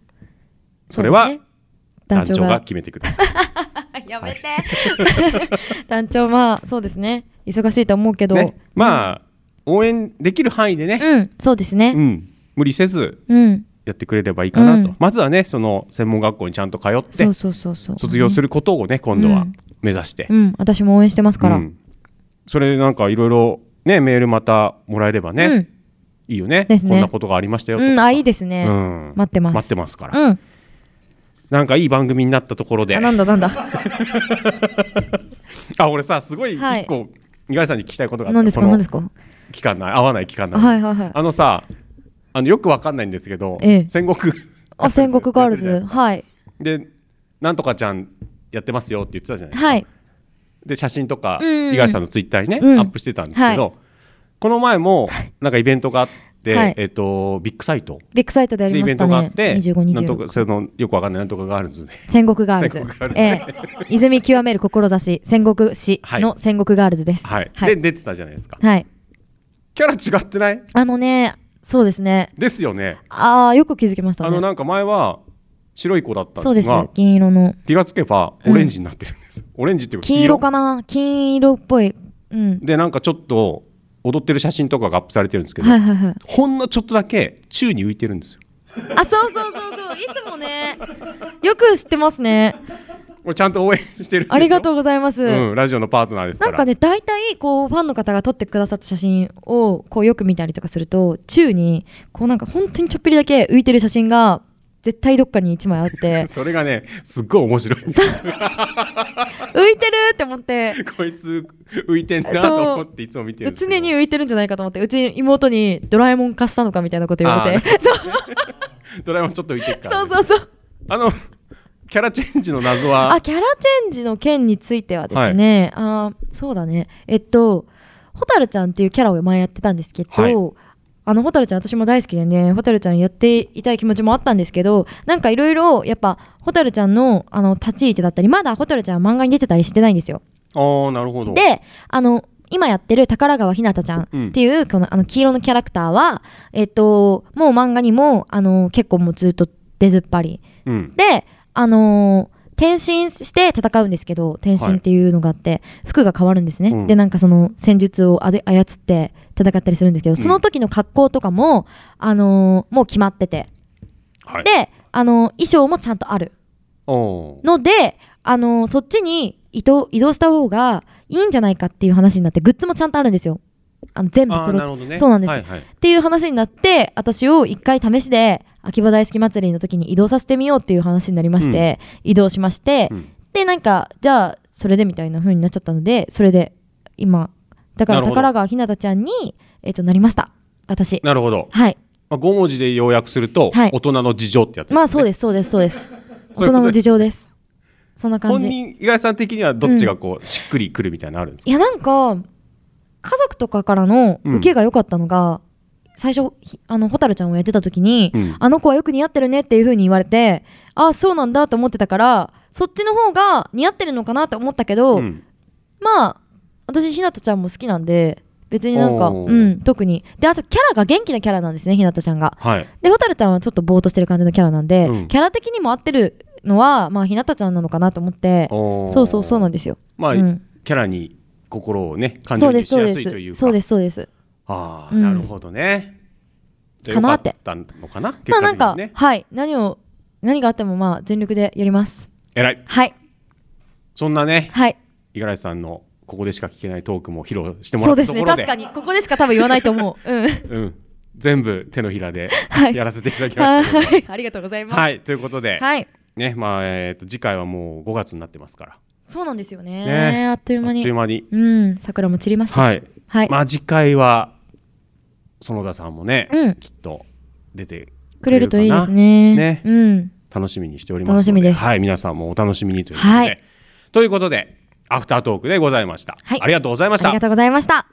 D: それは
A: そうですね
D: 団長
A: 団長が
D: が決めてく ださい
A: やめて。 団長まあそうですね忙しいと思うけど、
D: ねまあ応援できる範囲でね、
A: うんそうですね、
D: うん無理せず
A: うん
D: やってくれればいいかなと、
A: うん
D: まずはねその専門学校にちゃんと通って
A: そうそうそうそう
D: 卒業することをね今度は目指して、
A: うん、私も応援してますから。
D: うんそれなんかいろいろねメールまたもらえればね、
A: うん
D: いいよね
A: ですね
D: こんなことがありましたよとか
A: うん、あ、いいですね。
D: うん
A: 待ってます。
D: 待ってますから、
A: うん。
D: なんかいい番組になったところで
A: あ、なんだ なんだ。
D: あ俺さすごい
A: はい
D: 一個、五十嵐さんに聞きたいことがあって
A: 何ですか
D: この
A: 何ですか
D: 期間内合わない期間内、
A: はいはいはい
D: あのさあのよくわかんないんですけど、
A: ええ
D: 戦国
A: あ、戦国ガー ルズ。はい。
D: でなんとかちゃんやってますよって言ってたじゃないですか、
A: はい。
D: で写真とか
A: うんうん
D: 五十嵐さんのツイッターにね、
A: うん
D: アップしてたんですけど、
A: はい
D: この前もなんかイベントがあって、
A: はい
D: えっとビッグサイト
A: ビッグサイトでやり
D: イ
A: ま
D: ベン
A: した
D: トがあっ
A: ね。
D: て、
A: 25、
D: なんと
A: 26。
D: かそのよくわかんないなんとかガールズで
A: 戦国ガールズ
D: 戦国ガール。ズ
A: ええ。泉極める志、戦国史の戦国ガールズです。
D: はい、
A: はい。
D: で出てたじゃないですか
A: はい。
D: キャラ違ってない
A: あのね、そうですね。
D: ですよね
A: ああ、よく気づきました
D: あの
A: ね。
D: なんか前は白い子だった
A: そ
D: ん
A: う
D: で
A: ですす
D: が。
A: 銀色の。
D: 気がつけばオレンジになってるん です、オレンジっていうか
A: 金色かな金色っぽい。うん。
D: でなんかちょっと踊ってる写真とかがアップされてるんですけど、
A: はいはいはい。
D: ほんのちょっとだけ宙に浮いてるんですよ
A: あ、そうそうそうそう。いつもね、よく知ってますね。
D: これちゃんと応援してるんですよ
A: ありがとうございます。
D: うん、ラジオのパートナーですか
A: な
D: ら
A: んかね、大体こうファンの方が撮ってくださった写真をこうよく見たりとかすると、宙にこうなんか本当にちょっぴりだけ浮いてる写真が絶対どっかに一枚あっ て、
D: それがねすっごい面白いんですよ
A: 浮いてるって思って、
D: こいつ浮いてんなと思っていつも見てるんです
A: 常に浮いてるんじゃないかと思って、うち妹にドラえもん化したのかみたいなこと言われて、
D: ドラえもんちょっと浮いてるから、
A: そうそうそう。
D: あのキャラチェンジの謎
A: あ
D: は
A: キャラチェンジの件についてはですね、あーそうだねえっと蛍ちゃんっていうキャラを前やってたんですけど、
C: はい
A: あの蛍ちゃん私も大好きでね蛍ちゃんやっていたい気持ちもあったんですけどなんかいろいろやっぱ蛍ちゃんのあの立ち位置だったりまだ蛍ちゃんは漫画に出てたりしてないんですよ。
D: あーなるほど
A: であの今やってる宝川ひなたちゃん
D: うん
A: っていう、このあの黄色のキャラクターは、えっと、もう漫画にもあの結構もうずっと出ずっぱり
D: うん
A: で、あのー転身して戦うんですけど転身っていうのがあって、服が変わるんですね、
C: うん
A: でなんかその戦術をあで操って戦ったりするんですけ
C: う
A: ど、
C: ん
A: その時の格好とかも、あのーもう決まってて、で、あのー衣装もちゃんとある
D: おー
A: ので、あのーそっちに移動移動した方がいいんじゃないかっていう話になってグッズもちゃんとあるんですよあの全部
C: あー
A: 揃
C: なる
A: っ
C: ほ
A: て、
C: どね
A: そうなんです、
C: はいはい
A: っていう話になって私を一回試しで秋葉大好き祭りの時に移動させてみようっていう話になりまして、移動しまして、でなんかじゃあそれでみたいな風になっちゃったのでそれで今だから
D: なるほど
A: 宝川ひなたちゃんに、えっとなりました私
D: なるほど、
A: はい
D: まあ、5文字で要約すると、
A: はい
D: 大人の事情ってやつ
A: まあそうですそうですそうです
D: そ
A: 大
D: ういうこと
A: 人の事情ですそんな感
D: 本
A: じ
D: 人五十嵐さん的にはどっちがこう、しっくりくるみたいなのあるんです
A: いやなんか家族とかからの受けが良かったのが、最初ひあの蛍ちゃんをやってた時に、
C: うん
A: あの子はよく似合ってるねっていう風に言われてああそうなんだと思ってたからそっちの方が似合ってるのかなと思ったけど、まあ私ひなたちゃんも好きなんで別になんか、
C: おー
A: うん、特にであとキャラが元気なキャラなんですねひなたちゃんが。
D: はい
A: で蛍ちゃんはちょっとぼーっとしてる感じのキャラなんで、
D: うん
A: キャラ的にも合ってるのは、まあ、ひなたちゃんなのかなと思って
D: おー
A: そうそうそうなんですよ。
D: まあ、
A: うん
D: キャラに心をね感
A: そ
D: 情
A: うで
D: に
A: す
D: し
A: そう
D: や
A: です
D: いというか
A: そうですそうです
D: ああ、
A: うん
D: なるほどねじゃあ
A: かなって
D: よかったのかな結
A: まあ
D: 果
A: なん
D: 的に
A: か、
D: ね
A: はい何を何があってもまあ全力でやります
D: 偉い
A: はい
D: そんなね
A: はい
D: 五十嵐さんのここでしか聞けないトークも披露しても
A: そ
D: ら
A: う
D: っ
A: で
D: た
A: す
D: と
A: ね
D: ころで
A: 確かにここでしか多分言わないと思 ううん
D: うん、全部手のひらで
A: はい
D: やらせていただきましたけど、はい
A: はいありがとうございます
D: ということで、
A: はい
D: ねまあえーと次回はもう5月になってますから
A: そうなんですよね
D: ね
A: あっという間に
D: あっという間に
A: うん桜も散りました
D: はい、
A: はい、
D: まあ次回は園田さんもね、
A: うん
D: きっと出て
A: くれると
D: かない
A: いですね
D: ね
A: うん
D: 楽しみにしておりますの
A: 楽しみです
D: はい、皆さんもお楽しみにということで、
A: はい
D: ということでアフタートークでございました、ありがとうございました
A: ありがとうございました